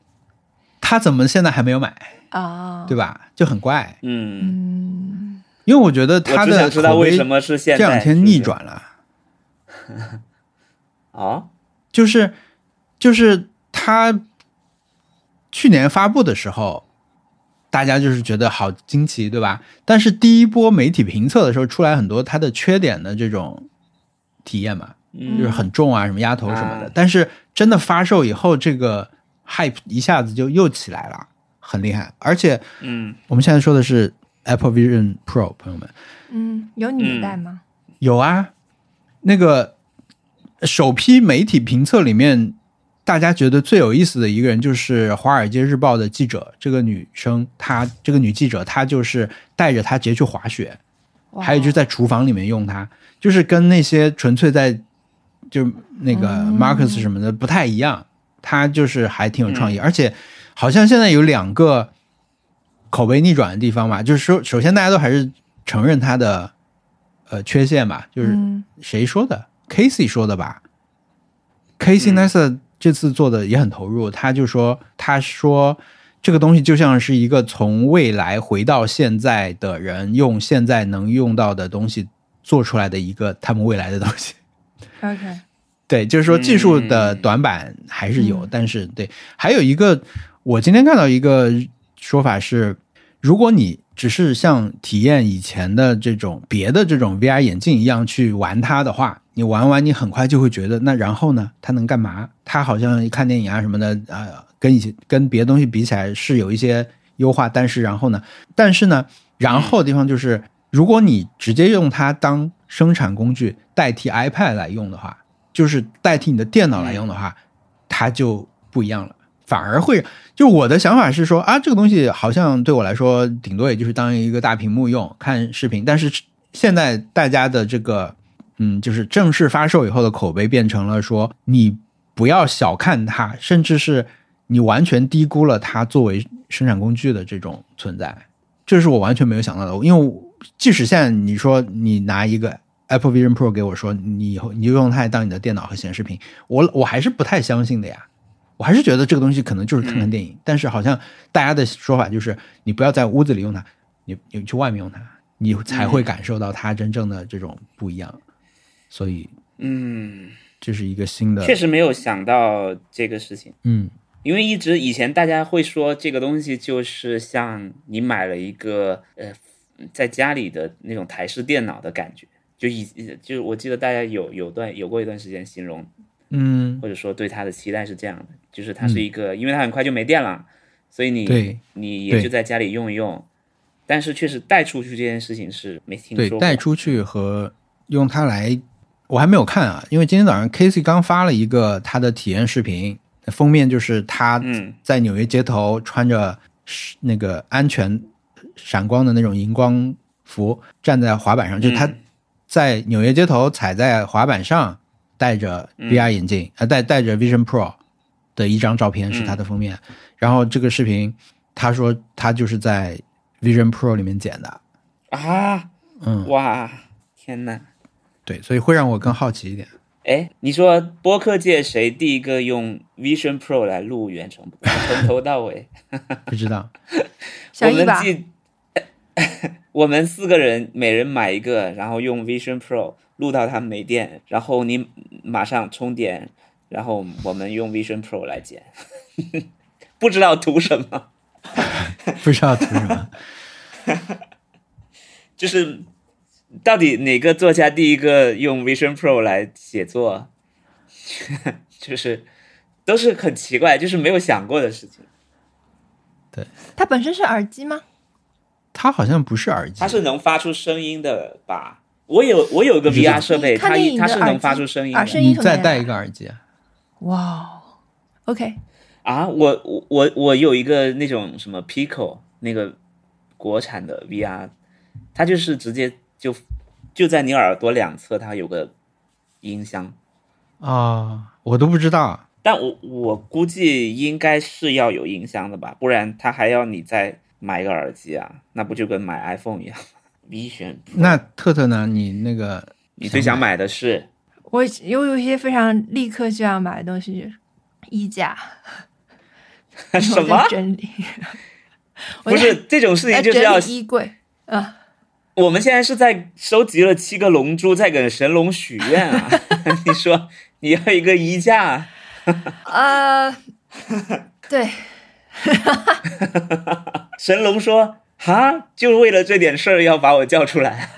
Speaker 1: 他怎么现在还没有买，
Speaker 2: 啊，
Speaker 1: 对吧？就很怪，
Speaker 3: 嗯，
Speaker 2: 嗯，
Speaker 1: 因为我觉得
Speaker 3: 我
Speaker 1: 他
Speaker 3: 只想
Speaker 1: 的
Speaker 3: 知道
Speaker 1: 口
Speaker 3: 为
Speaker 1: 碑
Speaker 3: 什么是现
Speaker 1: 这
Speaker 3: 在
Speaker 1: 两天逆转了，
Speaker 3: 啊、
Speaker 1: 就是就是他去年发布的时候。大家就是觉得好惊奇，对吧？但是第一波媒体评测的时候，出来很多它的缺点的这种体验嘛，
Speaker 3: 嗯
Speaker 1: 就是很重啊，什么压头什么的。
Speaker 3: 啊
Speaker 1: 但是真的发售以后，这个 hype 一下子就又起来了，很厉害。而且
Speaker 3: 嗯，
Speaker 1: 我们现在说的是 Apple Vision Pro，朋友们
Speaker 2: 嗯，有你的代吗？
Speaker 1: 有啊，那个首批媒体评测里面，大家觉得最有意思的一个人就是《华尔街日报》的记者，这个女生，她这个女记者，她就是带着她直接去滑雪，
Speaker 3: 嗯
Speaker 2: 哇
Speaker 1: 还有就是在厨房里面用它，就是跟那些纯粹在就那个
Speaker 2: 嗯
Speaker 1: Marcus 什么的不太一样，它就是还挺有创意，
Speaker 2: 嗯
Speaker 1: 而且好像现在有两个口碑逆转的地方吧，就是说，首先大家都还是承认它的呃缺陷吧，就是
Speaker 2: 嗯
Speaker 1: 谁说的？Casey 说的吧？Casey
Speaker 3: 嗯
Speaker 1: Neistat 这次做的也很投入，他就说，他说这个东西就像是一个从未来回到现在的人用现在能用到的东西做出来的一个他们未来的东西。
Speaker 2: ，OK，
Speaker 1: 对，就是说技术的
Speaker 3: 嗯
Speaker 1: 短板还是有，
Speaker 2: 嗯
Speaker 1: 但是对，还有一个，我今天看到一个说法是，如果你只是像体验以前的这种别的这种 VR 眼镜一样去玩它的话，你玩完你很快就会觉得，那然后呢，它能干嘛？它好像看电影啊什么的，呃，跟以前跟别的东西比起来是有一些优化，但是然后呢，但是呢，然后的地方就是，如果你直接用它当生产工具代替 iPad 来用的话，就是代替你的电脑来用的话，它就不一样了，反而会就我的想法是说啊，这个东西好像对我来说顶多也就是当一个大屏幕用看视频，但是现在大家的这个嗯，就是正式发售以后的口碑变成了说你不要小看它，甚至是你完全低估了它作为生产工具的这种存在，这是我完全没有想到的，因为我即使现在你说你拿一个 Apple Vision Pro 给我说，你以后你就用它当你的电脑和显示屏，我我还是不太相信的呀。我还是觉得这个东西可能就是看看电
Speaker 3: 嗯
Speaker 1: 影，但是好像大家的说法就是你不要在屋子里用它，你你去外面用它，你才会感受到它真正的这种不一样。所以
Speaker 3: 嗯，
Speaker 1: 这是一个新的，
Speaker 3: 确实没有想到这个事情，
Speaker 1: 嗯
Speaker 3: 因为一直以前大家会说这个东西就是像你买了一个呃，在家里的那种台式电脑的感觉，就以就是我记得大家有有段有过一段时间形容
Speaker 1: 嗯，
Speaker 3: 或者说对它的期待是这样的，就是它是一个，因为它很快就没电了，所以你
Speaker 1: 对
Speaker 3: 你
Speaker 1: 对
Speaker 3: 也就在家里用一用。但是确实带出去这件事情是没听
Speaker 1: 对
Speaker 3: 说，过，
Speaker 1: 带出去和用它来，我还没有看啊，因为今天早上 Casey 刚发了一个他的体验视频，封面就是他
Speaker 3: 嗯
Speaker 1: 在纽约街头穿着是那个安全闪光的那种荧光服，站在滑板上，就是他
Speaker 3: 嗯
Speaker 1: 在纽约街头踩在滑板上，戴着
Speaker 3: 嗯
Speaker 1: VR 眼镜，呃，戴戴着 Vision Pro 的一张照片是他
Speaker 3: 嗯
Speaker 1: 的封面。然后这个视频，他说他就是在 Vision Pro 里面剪的，
Speaker 3: 啊，
Speaker 1: 嗯，
Speaker 3: 哇，天呐！
Speaker 1: 对，所以会让我更好奇一点。
Speaker 3: 哎，你说播客界谁第一个用 Vision Pro 来录远程播，从头到尾？
Speaker 1: 不知道，
Speaker 2: 小
Speaker 3: 我
Speaker 2: 易
Speaker 3: 们
Speaker 2: 吧，
Speaker 3: 记， 我们四个人每人买一个，然后用 Vision Pro 录到它没电，然后你马上充电，然后我们用 Vision Pro 来剪， 不知道图什么，
Speaker 1: 不知道图什么。
Speaker 3: 就是到底哪个作家第一个用 Vision Pro 来写作， 就是都是很奇怪，就是没有想过的事情。
Speaker 2: 它本身是耳机吗？
Speaker 1: 它好像不是耳机
Speaker 3: 它，是能发出声音的吧？我有我有个
Speaker 1: 不知道
Speaker 3: VR 设备，
Speaker 2: 你看
Speaker 3: 它
Speaker 2: 电影
Speaker 3: 它
Speaker 2: 的啊
Speaker 3: 是
Speaker 2: 耳
Speaker 3: 能
Speaker 2: 机
Speaker 3: 发出声音
Speaker 2: 耳
Speaker 3: 的
Speaker 2: 声
Speaker 1: 你
Speaker 2: 音什么
Speaker 1: 再
Speaker 2: 的
Speaker 1: 戴一个耳机啊，
Speaker 2: 哇哦，OK，
Speaker 3: 啊！我我我我有一个那种什么 Pico 那个国产的 VR，它就是直接就就在你耳朵两侧，它有个音箱，
Speaker 1: 哦我都不知道。
Speaker 3: 但我我估计应该是要有音箱的吧，不然它还要你再买一个耳机啊，那不就跟买 iPhone 一样 ？Vision，
Speaker 1: 那特特呢？你那个
Speaker 3: 你最想买的是
Speaker 2: 我有有一些非常立刻就要买的东西，衣架，
Speaker 3: 什
Speaker 2: 我
Speaker 3: 么
Speaker 2: 在？整理，我
Speaker 3: 不
Speaker 2: 在
Speaker 3: 是这种事
Speaker 2: 在
Speaker 3: 情就
Speaker 2: 呃整
Speaker 3: 是要
Speaker 2: 理衣柜啊，
Speaker 3: 我们现在是在收集了七个龙珠，在给神龙许 愿啊！你说你要一个衣架，
Speaker 2: 呃， 对，
Speaker 3: 神龙说哈，就为了这点事儿要把我叫出来，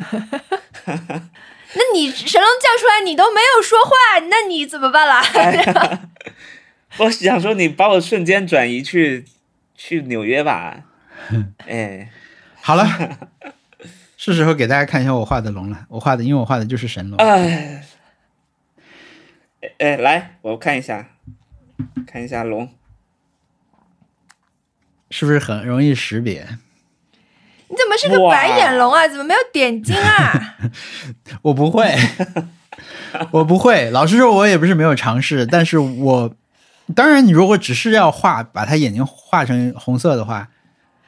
Speaker 2: 那你神龙叫出来，你都没有说话，那你怎么办啦？
Speaker 3: 我想说你把我瞬间转移去去纽约 吧，哎，
Speaker 1: 好了，是时候给大家看一下我画的龙了。我画的，因为我画的就是神龙。
Speaker 3: 哎，哎，来，我看一下，看一下龙，
Speaker 1: 是不是很容易识别？
Speaker 2: 你怎么是个
Speaker 3: 哇
Speaker 2: 白眼龙啊？怎么没有点睛啊？
Speaker 1: 我不会，我不会。老实说，我也不是没有尝试，但是我当然，你如果只是要画，把他眼睛画成红色的话，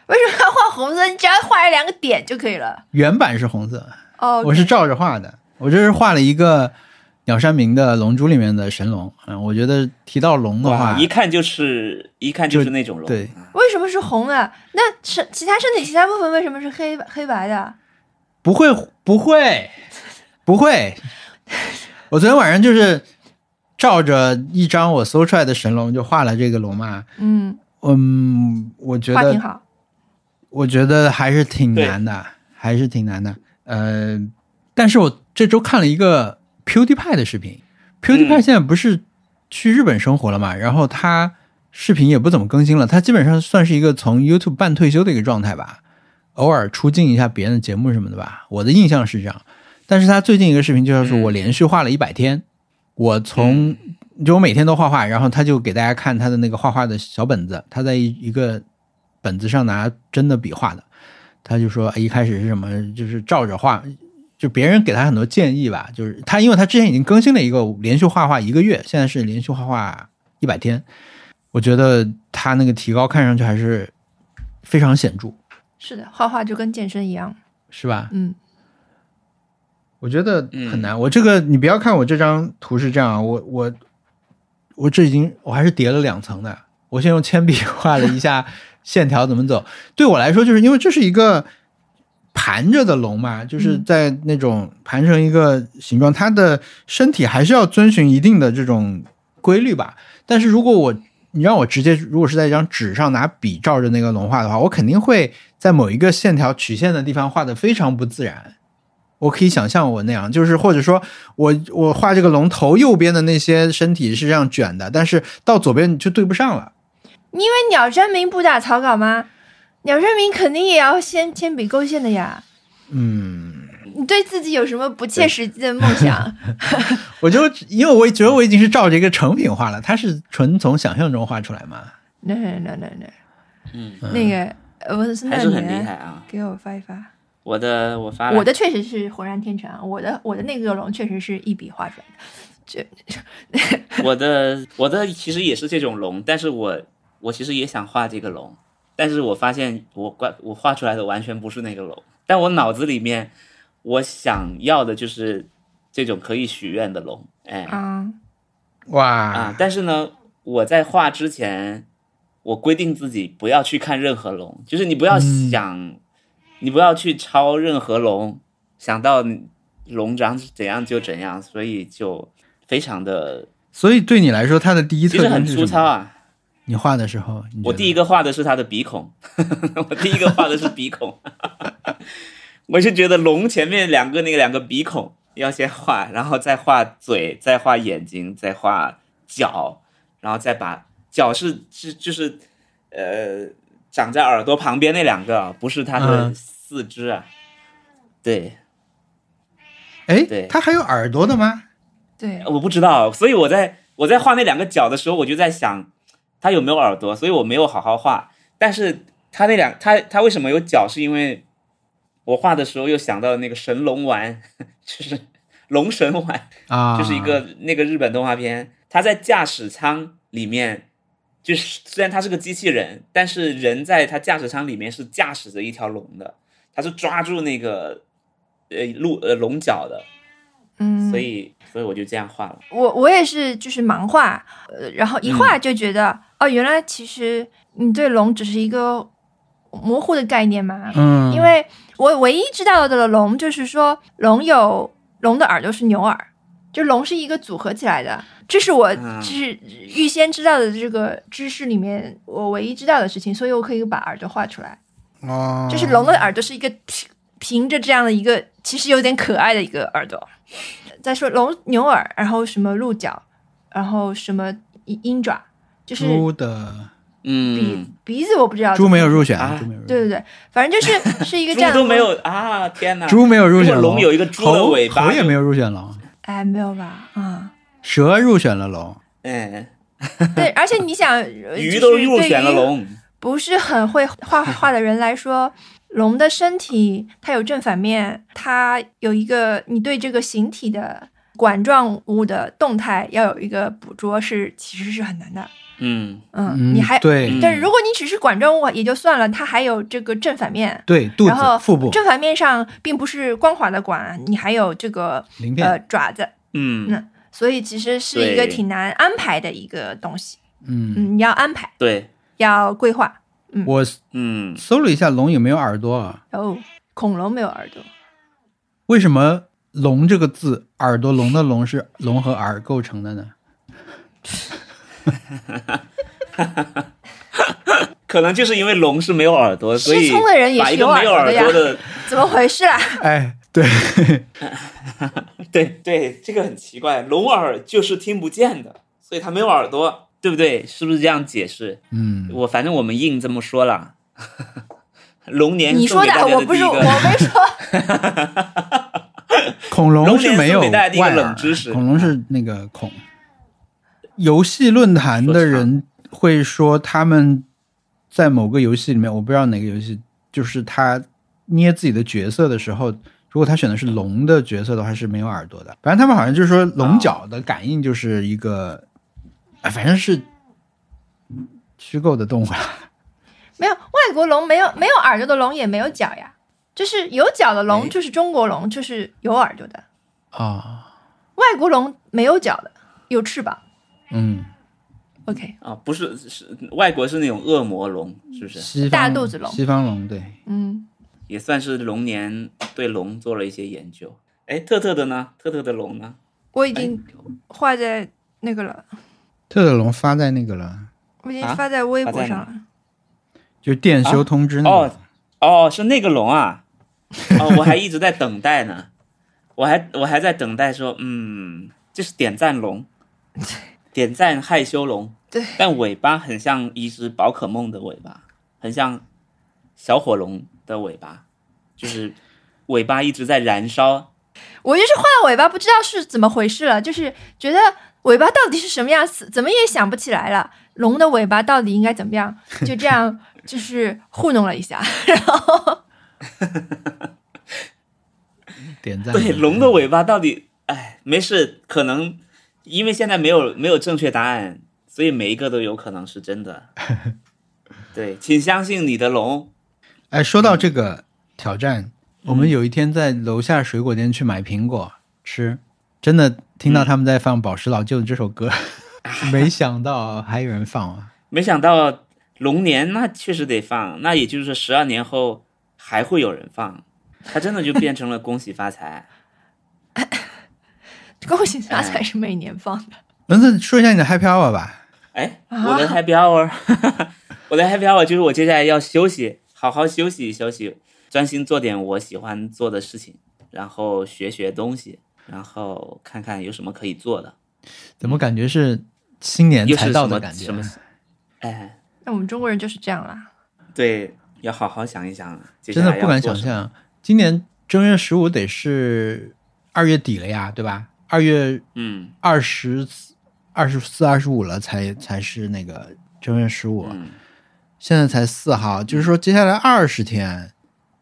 Speaker 2: 为什么要画红色？你只要画一两个点就可以了。
Speaker 1: 原版是红色，
Speaker 2: 哦，
Speaker 1: 我是照着画的。我这是画了一个鸟山明的《龙珠》里面的神龙。嗯，我觉得提到龙的
Speaker 3: 哇，
Speaker 1: 话
Speaker 3: 一，看就是一看就是那种龙，
Speaker 1: 对，
Speaker 2: 为什么是红啊？那身其他身体其他部分为什么是黑黑白的？
Speaker 1: 不会，不会，不会。我昨天晚上就是照着一张我搜出来的神龙，就画了这个龙嘛。
Speaker 2: 嗯，
Speaker 1: 嗯，我觉
Speaker 2: 画
Speaker 1: 得
Speaker 2: 挺好。
Speaker 1: 我觉得还是挺难的，还是挺难的。呃，但是我这周看了一个 PewDiePie 的视频，PewDiePie 现在不是去日本生活了嘛，然后他视频也不怎么更新了，他基本上算是一个从 YouTube 半退休的一个状态吧，偶尔出镜一下别人的节目什么的吧。我的印象是这样，但是他最近一个视频就是我连续画了一百天，我从就我每天都画画，然后他就给大家看他的那个画画的小本子，他在一一个本子上拿真的笔画的，他就说哎一开始是什么，就是照着画，就别人给他很多建议吧，就是他因为他之前已经更新了一个连续画画一个月，现在是连续画画一百天，我觉得他那个提高看上去还是非常显著，
Speaker 2: 是的，画画就跟健身一样。
Speaker 1: 是吧？
Speaker 2: 嗯，
Speaker 1: 我觉得很难。我这个你不要看我这张图是这样啊，我我我这已经我还是叠了两层的。我先用铅笔画了一下线条怎么走。对我来说，就是因为这是一个盘着的龙嘛，就是
Speaker 2: 嗯
Speaker 1: 在那种盘成一个形状，它的身体还是要遵循一定的这种规律吧。但是如果我你让我直接，如果是在一张纸上拿笔照着那个龙画的话，我肯定会在某一个线条曲线的地方画的非常不自然。我可以想象我那样，就是或者说我我画这个龙头右边的那些身体是这样卷的，但是到左边就对不上了。
Speaker 2: 那鸟山明不打草稿吗？鸟山明肯定也要先铅笔勾线的呀。
Speaker 1: 嗯，
Speaker 2: 你对自己有什么不切实际的梦想？
Speaker 1: 我就因为我觉得我已经是照着一个成品画了，它是纯从想象中画出来嘛。
Speaker 2: no no no no no，
Speaker 3: 嗯，
Speaker 2: 那个呃我是那
Speaker 3: 还是很厉
Speaker 2: 年
Speaker 3: 害啊。
Speaker 2: 给我发一发。
Speaker 3: 我的我发了
Speaker 2: 我的确实是浑然天成，我的我的那个龙确实是一笔画出来的。
Speaker 3: 我的我的其实也是这种龙，但是我我其实也想画这个龙，但是我发现我画我画出来的完全不是那个龙，但我脑子里面我想要的就是这种可以许愿的龙，哎
Speaker 2: 啊、
Speaker 1: 哇，
Speaker 3: 啊！但是呢，我在画之前，我规定自己不要去看任何龙，就是你不要
Speaker 1: 嗯
Speaker 3: 想，你不要去抄任何龙，想到龙长怎样就怎样，所以就非常的
Speaker 1: 所以对你来说，它的第一
Speaker 3: 其
Speaker 1: 特
Speaker 3: 实
Speaker 1: 征
Speaker 3: 很
Speaker 1: 是
Speaker 3: 粗
Speaker 1: 什
Speaker 3: 糙
Speaker 1: 么？
Speaker 3: 啊。
Speaker 1: 你画的时候，你觉得
Speaker 3: 我第一个画的是他的鼻孔， 我第一个画的是鼻孔， 我是觉得龙前面两个那个两个鼻孔要先画，然后再画嘴，再画眼睛，再画脚，然后再把脚是是就是呃长在耳朵旁边那两个啊，不是它的
Speaker 1: 嗯
Speaker 3: 四肢啊，对，
Speaker 1: 哎
Speaker 3: 对，
Speaker 1: 它还有耳朵的吗？
Speaker 2: 对，
Speaker 3: 我不知道，所以我在我在画那两个角的时候，我就在想，它有没有耳朵，所以我没有好好画。但是它那两它它为什么有角，是因为我画的时候又想到那个神龙丸， 就是龙神丸，
Speaker 1: 啊，
Speaker 3: 就是一个那个日本动画片，它在驾驶舱里面。就是虽然它是个机器人，但是人在它驾驶舱里面是驾驶着一条龙的，它是抓住那个呃鹿呃龙角的，
Speaker 2: 嗯，
Speaker 3: 所以所以我就这样画了。
Speaker 2: 我我也是就是盲画，呃，然后一画就觉得、哦，原来其实你对龙只是一个模糊的概念嘛，
Speaker 1: 嗯，
Speaker 2: 因为我唯一知道的龙就是说龙有龙的耳朵是牛耳，就龙是一个组合起来的，这是我
Speaker 3: 嗯
Speaker 2: 就是预先知道的这个知识里面我唯一知道的事情，所以我可以把耳朵画出来。
Speaker 1: 哦，
Speaker 2: 就是龙的耳朵是一个平平着这样的一个，其实有点可爱的一个耳朵。再说龙牛耳，然后什么鹿角，然后什么鹰鹰爪，就是
Speaker 1: 猪的
Speaker 2: 鼻、
Speaker 3: 嗯，
Speaker 2: 鼻子我不知道。
Speaker 1: 猪没有。入选
Speaker 3: 啊，
Speaker 1: 猪没有入
Speaker 2: 对对对，反正就是是一个这样
Speaker 3: 猪
Speaker 2: 的
Speaker 3: 都没。有啊！天哪，
Speaker 1: 猪没有入
Speaker 3: 如
Speaker 1: 选
Speaker 3: 果龙有一个
Speaker 1: 猴
Speaker 3: 猪的尾巴，
Speaker 1: 猴也没有入选龙，
Speaker 2: 哎，没有吧？啊、
Speaker 1: 蛇入选了龙，
Speaker 3: 嗯，
Speaker 2: 对，而且你想，呃
Speaker 3: 鱼都
Speaker 2: 就是
Speaker 3: 入
Speaker 2: 对
Speaker 3: 选了
Speaker 2: 于
Speaker 3: 龙，
Speaker 2: 不是很会画画的人来说，龙的身体它有正反面，它有一个你对这个形体的管状物的动态要有一个捕捉是其实是很难的。
Speaker 3: 嗯
Speaker 2: 嗯，
Speaker 1: 嗯，
Speaker 2: 你还
Speaker 1: 对
Speaker 2: 但是如果你只是管状物也就算了，它还有这个正反面，
Speaker 1: 对，肚
Speaker 2: 然后
Speaker 1: 子、腹部、
Speaker 2: 正反面上并不是光滑的管，你还有这个
Speaker 1: 鳞
Speaker 2: 呃
Speaker 1: 片，
Speaker 2: 爪子，
Speaker 3: 嗯，
Speaker 2: 所以其实是一个
Speaker 3: 对
Speaker 2: 挺难安排的一个东西。
Speaker 1: 嗯，
Speaker 2: 嗯，你要安排，
Speaker 3: 对，
Speaker 2: 要规划。
Speaker 1: 我
Speaker 3: 嗯，
Speaker 1: 搜了一下龙有没有耳朵啊？
Speaker 2: 哦，恐龙没有耳朵。
Speaker 1: 为什么“龙”这个字，耳朵龙的“龙”是龙和耳构成的呢？
Speaker 3: 可能就是因为龙是没有耳朵，呃所以
Speaker 2: 失聪的人也
Speaker 3: 把
Speaker 2: 是
Speaker 3: 一
Speaker 2: 有
Speaker 3: 个没有
Speaker 2: 耳
Speaker 3: 耳
Speaker 2: 朵
Speaker 3: 朵
Speaker 2: 呀，
Speaker 3: 的，
Speaker 2: 怎么回 事啦？啊
Speaker 1: 哎，对，
Speaker 3: 对对，这个很奇怪，龙耳就是听不见的，所以它没有耳朵，对不对？是不是这样解释？
Speaker 1: 嗯，
Speaker 3: 我反正我们硬这么说了。 龙年
Speaker 2: 你
Speaker 3: 送
Speaker 2: 说
Speaker 3: 给大家
Speaker 2: 我不
Speaker 3: 第
Speaker 2: 是
Speaker 3: 一
Speaker 2: 我
Speaker 3: 个
Speaker 2: 没说，
Speaker 1: 恐龙
Speaker 3: 龙
Speaker 1: 是
Speaker 3: 年
Speaker 1: 没
Speaker 3: 送
Speaker 1: 有
Speaker 3: 给大家第一个
Speaker 1: 外
Speaker 3: 冷
Speaker 1: 耳
Speaker 3: 知识
Speaker 1: 恐龙是那个孔。游戏论坛的人会说，他们在某个游戏里面，我不知道哪个游戏，就是他捏自己的角色的时候，如果他选的是龙的角色的话，是没有耳朵的。反正他们好像就是说，
Speaker 3: 啊
Speaker 1: 龙角的感应就是一个，哎，反正是虚构的动物啊 啦。
Speaker 2: 没有外国龙没有没有耳朵的龙也没有脚呀，就是有脚的
Speaker 3: 哎
Speaker 2: 龙就是中国龙，就是有耳朵的，
Speaker 1: 啊，
Speaker 2: 外国龙没有脚的，有翅膀。
Speaker 1: 嗯，
Speaker 2: OK，
Speaker 3: 啊，不是是外国是那种恶魔龙，是不是？
Speaker 1: 西方
Speaker 2: 大肚子龙
Speaker 1: 西方龙，对，
Speaker 2: 嗯，
Speaker 3: 也算是龙年对龙做了一些研究。哎，特特的呢？特特的龙呢？
Speaker 2: 我已经画在那个了，
Speaker 1: 特特龙发在那个了，
Speaker 2: 我已经
Speaker 3: 啊
Speaker 2: 发在微
Speaker 3: 发
Speaker 2: 博
Speaker 3: 在
Speaker 2: 上
Speaker 3: 哪
Speaker 2: 了。
Speaker 1: 就是电修通知那
Speaker 3: 哦
Speaker 1: 个，
Speaker 3: 哦，是那个龙啊！哦，我还一直在等待呢， 我还我还在等待说，嗯，这是点赞龙，点赞害羞龙，
Speaker 2: 对，
Speaker 3: 但尾巴很像一只宝可梦的尾巴，很像小火龙的尾巴，就是尾巴一直在燃烧。
Speaker 2: 我就是画尾巴，不知道是怎么回事了，就是觉得尾巴到底是什么样子，怎么也想不起来了。龙的尾巴到底应该怎么样？就这样，就是糊弄了一下，然后
Speaker 1: 点赞，嗯
Speaker 3: 对，龙的尾巴到底，哎，没事，可能因为现在没有没有正确答案，所以每一个都有可能是真的。对，请相信你的龙。
Speaker 1: 哎，说到这个挑战，我们有一天在楼下水果店去买苹果吃，真的听
Speaker 3: 嗯
Speaker 1: 到他们在放《宝石老舅》这首 歌，没想到还有人放啊！
Speaker 3: 没想到龙年那确实得放，那也就是说十二年后还会有人放，它真的就变成了恭喜发财。
Speaker 2: 恭喜发
Speaker 3: 嗯
Speaker 2: 财是每年放的。
Speaker 1: 轮子，说一下你的 Happy Hour 吧。
Speaker 3: 哎，
Speaker 2: 啊
Speaker 3: 我的 Happy Hour，我 的 Happy Hour 就是我接下来要休息，好好休息休息，专心做点我喜欢做的事情，然后学学东西，然后看看有什么可以做的，
Speaker 1: 怎么感觉是新年
Speaker 3: 嗯又
Speaker 1: 才
Speaker 3: 是
Speaker 1: 到
Speaker 3: 什
Speaker 1: 的
Speaker 3: 么
Speaker 1: 感觉啊
Speaker 3: 什？么？哎，
Speaker 2: 那我们中国人就是这样啦。
Speaker 3: 对，要好好想一想，接
Speaker 1: 真
Speaker 3: 下
Speaker 1: 的
Speaker 3: 来
Speaker 1: 不
Speaker 3: 要
Speaker 1: 敢
Speaker 3: 做
Speaker 1: 想
Speaker 3: 什么。
Speaker 1: 象，今年正月十五得是二月底了呀，对吧？二月
Speaker 3: 嗯
Speaker 1: 二十四、二十四、二十五了才才是那个正月十五。啊
Speaker 3: 嗯，
Speaker 1: 现在才四号，就是说接下来二十天，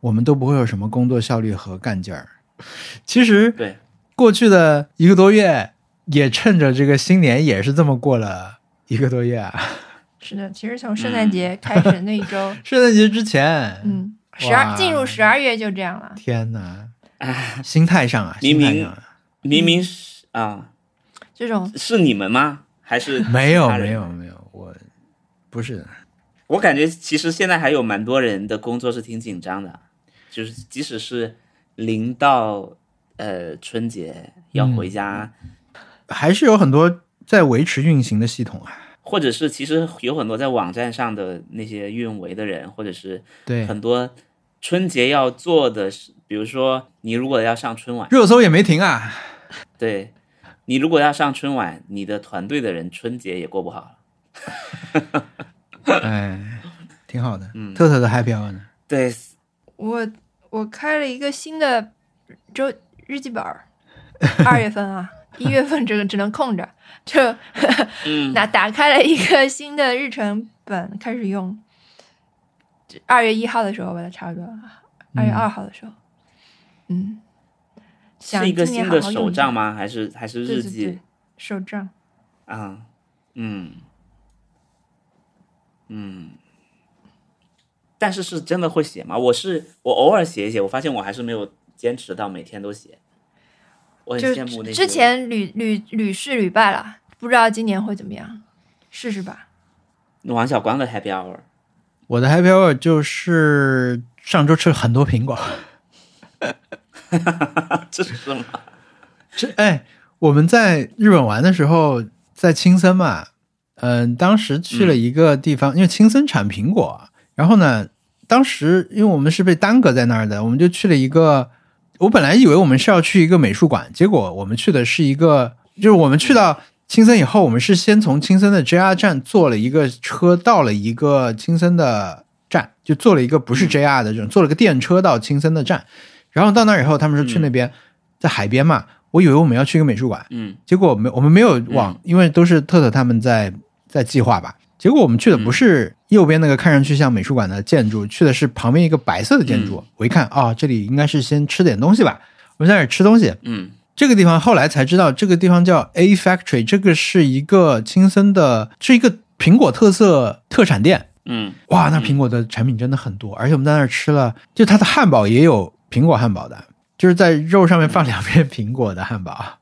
Speaker 1: 我们都不会有什么工作效率和干劲儿。其实
Speaker 3: 对，
Speaker 1: 过去的一个多月，也趁着这个新年也是这么过了一个多月啊。
Speaker 2: 是的，其实从圣
Speaker 3: 嗯
Speaker 2: 诞节开始那一 周，
Speaker 1: 圣诞节之前，，
Speaker 2: 嗯，十二
Speaker 1: 哇
Speaker 2: 进入十二月就这样了。
Speaker 1: 天哪，
Speaker 3: 哎，
Speaker 1: 心态上啊，
Speaker 3: 明
Speaker 1: 心
Speaker 3: 明
Speaker 1: 态上啊
Speaker 3: 明明是啊，
Speaker 2: 这种
Speaker 3: 是你们吗？还是
Speaker 1: 没有
Speaker 3: 其他人
Speaker 1: 没有没有，我不是
Speaker 3: 我感觉其实现在还有蛮多人的工作是挺紧张的，就是即使是临到呃春节要回
Speaker 1: 嗯
Speaker 3: 家，
Speaker 1: 还是有很多在维持运行的系统啊。
Speaker 3: 或者是其实有很多在网站上的那些运维的人，或者是
Speaker 1: 对，
Speaker 3: 很多春节要做的事，比如说你如果要上春晚，
Speaker 1: 热搜也没停 啊。
Speaker 3: 对你如果要上春晚，你的团队的人春节也过不好了。
Speaker 1: 哎，挺好的，
Speaker 3: 嗯
Speaker 1: 特特的 happy hour 呢。
Speaker 3: 对，
Speaker 2: 我我开了一个新的周日记本儿， 二月份啊，一月份这个 只能空着，就
Speaker 3: 嗯，
Speaker 2: 那打开了一个新的日程本，开始用。二月一号的时候把它查过了，二月二号的时候，嗯，想
Speaker 3: 是一个
Speaker 2: 今年
Speaker 3: 新
Speaker 2: 好
Speaker 3: 的
Speaker 2: 好用
Speaker 3: 手
Speaker 2: 一下
Speaker 3: 账吗？还是还是
Speaker 2: 对
Speaker 3: 日
Speaker 2: 对
Speaker 3: 记
Speaker 2: 对手账，
Speaker 3: 啊？嗯嗯，但是是真的会写吗？我是我偶尔写一写，我发现我还是没有坚持到每天都写。我很
Speaker 2: 就
Speaker 3: 羡慕那些
Speaker 2: 之前屡屡屡试屡败了，不知道今年会怎么样，试试吧。
Speaker 3: 王小光的 Happy Hour。
Speaker 1: 我的 Happy Hour 就是上周吃了很多苹果。
Speaker 3: 这是什么？
Speaker 1: 这哎，我们在日本玩的时候，在青森嘛，嗯、当时去了一个地方，因为青森产苹果，然后呢，当时因为我们是被耽搁在那儿的，我们就去了一个。我本来以为我们是要去一个美术馆，结果我们去的是一个，就是我们去到青森以后，我们是先从青森的 JR 站坐了一个车到了一个青森的站，就坐了一个不是 JR 的这种，坐了个电车到青森的站。然后到那儿以后，他们说去那边，在海边嘛，我以为我们要去一个美术馆，
Speaker 3: 嗯
Speaker 1: 结果没我们没有往，因为都是特特他们在在计划吧。结果我们去的不是右边那个看上去像美术馆的建筑，去的是旁边一个白色的建筑。我一看啊、这里应该是先吃点东西吧。我们在那儿吃东西，
Speaker 3: 嗯
Speaker 1: 这个地方后来才知道，这个地方叫 A Factory，这个是一个青森的，是一个苹果特色特产店。
Speaker 3: 嗯
Speaker 1: 哇，那苹果的产品真的很多，而且我们在那儿吃了，就它的汉堡也有苹果汉堡的，就是在肉上面放两片 苹果的汉堡，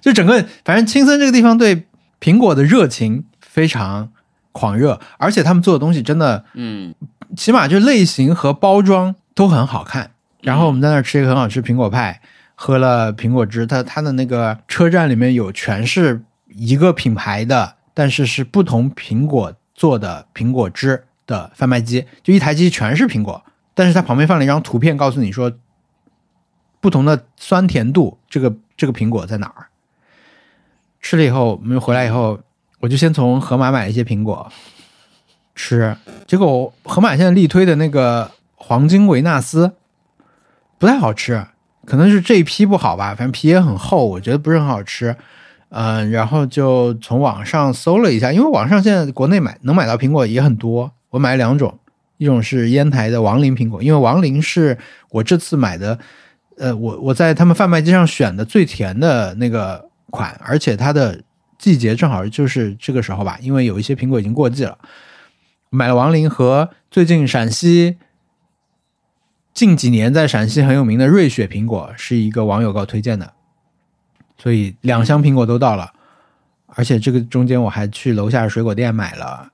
Speaker 1: 就整个反正青森这个地方对苹果的热情非常狂热，而且他们做的东西真的，
Speaker 3: 嗯，
Speaker 1: 起码就类型和包装都很好看。然后我们在那儿吃一个很好吃苹果派，喝了苹果汁，它它的那个车站里面有全是一个品牌的，但是是不同苹果做的苹果汁的贩卖机，就一台机全是苹果，但是它旁边放了一张图片，告诉你说不同的酸甜度，这个这个苹果在哪儿。吃了以后，我们回来以后，我就先从盒马买了一些苹果吃，结果我盒马现在力推的那个黄金维纳斯不太好吃，可能是这一批不好吧，反正皮也很厚，我觉得不是很好吃。嗯，然后就从网上搜了一下，因为网上现在国内买能买到苹果也很多，我买了两种，一种是烟台的王林苹果，因为王林是我这次买的，呃，我我在他们贩卖机上选的最甜的那个款，而且它的季节正好就是这个时候吧，因为有一些苹果已经过季了。买了王林和最近陕西近几年在陕西很有名的瑞雪苹果是一个网友给我推荐的，所以两箱苹果都到了，而且这个中间我还去楼下水果店买了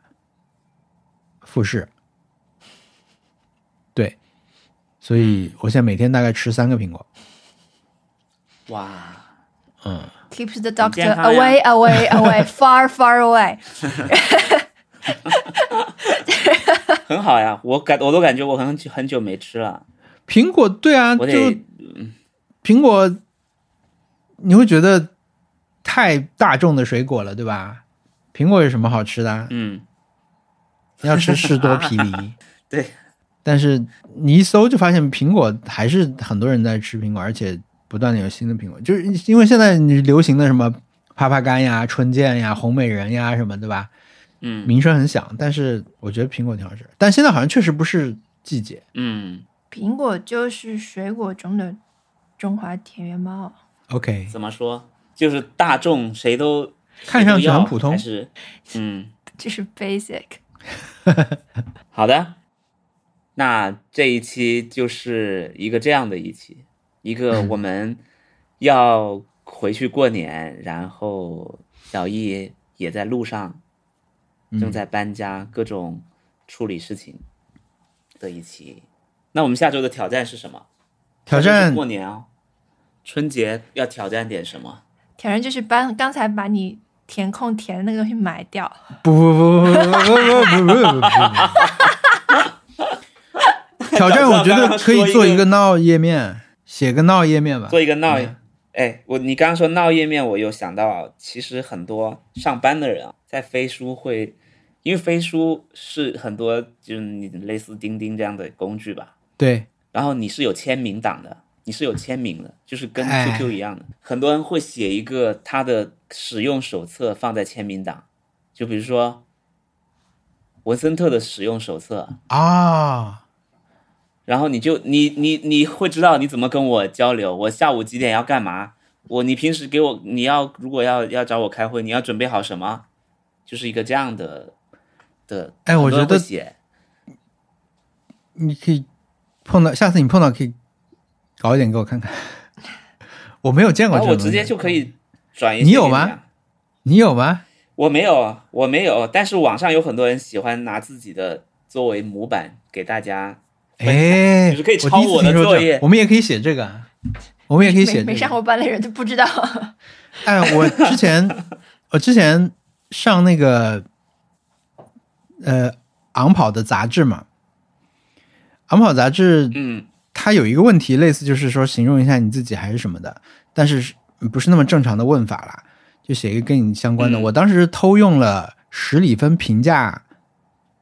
Speaker 1: 富士，对，所以我现在每天大概吃三个苹果，
Speaker 3: 哇，
Speaker 1: 嗯，
Speaker 2: keeps the
Speaker 3: 很
Speaker 2: doctor
Speaker 3: 健康呀
Speaker 2: away away away far far away。
Speaker 3: 很好呀，我感我都感觉我很久很久没吃了，
Speaker 1: 苹果对啊，就
Speaker 3: 我得嗯
Speaker 1: 苹果，你会觉得太大众的水果了，对吧？苹果有什么好吃的啊？
Speaker 3: 嗯，
Speaker 1: 要吃士多啤梨。
Speaker 3: 对，
Speaker 1: 但是你一搜就发现苹果还是很多人在吃苹果，而且不断的有新的苹果，就是因为现在你流行的什么啪啪柑呀、春见呀、红美人呀什么，对吧？
Speaker 3: 嗯
Speaker 1: 名声很响，但是我觉得苹果挺好吃，但现在好像确实不是季节
Speaker 3: 嗯，
Speaker 2: 苹果就是水果中的中华田园猫，
Speaker 1: ，OK，
Speaker 3: 怎么说？就是大众谁都
Speaker 1: 看上去
Speaker 3: 谁都要
Speaker 1: 很普通
Speaker 3: 还是嗯，
Speaker 2: 这是 basic。
Speaker 3: 好的，那这一期就是一个这样的一期，
Speaker 1: 嗯
Speaker 3: 一个我们要回去过年，然后小易也在路上，
Speaker 1: 嗯
Speaker 3: 正在搬家，各种处理事情的一期。那我们下周的挑战是什么？
Speaker 1: 挑
Speaker 3: 下周
Speaker 1: 战
Speaker 3: 是过年哦，春节要挑战点什么？
Speaker 2: 挑战就是把刚才把你填空填的那个东西埋掉。
Speaker 1: 不不不不不不不不不不不！挑战我觉得可以做一个 Now 页面，写个 Now 页面吧。
Speaker 3: 做一个闹
Speaker 1: 嗯，
Speaker 3: 哎，我你刚刚说闹页面，我有想到，其实很多上班的人啊，在飞书会，因为飞书是很多就是你类似钉钉这样的工具吧，
Speaker 1: 对，
Speaker 3: 然后你是有签名档的，你是有签名的，就是跟
Speaker 1: 哎
Speaker 3: QQ 一样的。很多人会写一个他的使用手册放在签名档，就比如说文森特的使用手册，
Speaker 1: 啊，
Speaker 3: 然后你就你你你会知道你怎么跟我交流，我下午几点要干嘛？我你平时给我你要如果要要找我开会，你要准备好什么？就是一个这样的的，
Speaker 1: 哎我
Speaker 3: 很多人
Speaker 1: 觉得
Speaker 3: 会写
Speaker 1: 你可以碰到，下次你碰到可以搞一点给我看看。我没有见过
Speaker 3: 然
Speaker 1: 这
Speaker 3: 后
Speaker 1: 种
Speaker 3: 我
Speaker 1: 东西，
Speaker 3: 直接就可以转
Speaker 1: 你
Speaker 3: 移信息
Speaker 1: 有
Speaker 3: 给
Speaker 1: 吗
Speaker 3: 啊？
Speaker 1: 你有吗？
Speaker 3: 我没有，我没有，但是网上有很多人喜欢拿自己的作为模板给大家。
Speaker 1: 哎，
Speaker 3: 就是可以
Speaker 1: 我
Speaker 3: 抄
Speaker 1: 第一次
Speaker 3: 我的
Speaker 1: 听说
Speaker 3: 作
Speaker 1: 这
Speaker 3: 业
Speaker 1: 我们也可以写这个啊，我们也可以写、这
Speaker 2: 没
Speaker 1: 个。
Speaker 2: 没上过班的人都不知道。
Speaker 3: 嗯
Speaker 1: 哎，我之前我之前上那个呃昂跑的杂志嘛，昂跑杂志
Speaker 3: 嗯
Speaker 1: 它有一个问题，类似就是说形容一下你自己还是什么的，但是是不是那么正常的问法啦，就写一个跟你相关的。
Speaker 3: 嗯
Speaker 1: 我当时是偷用了史里芬评价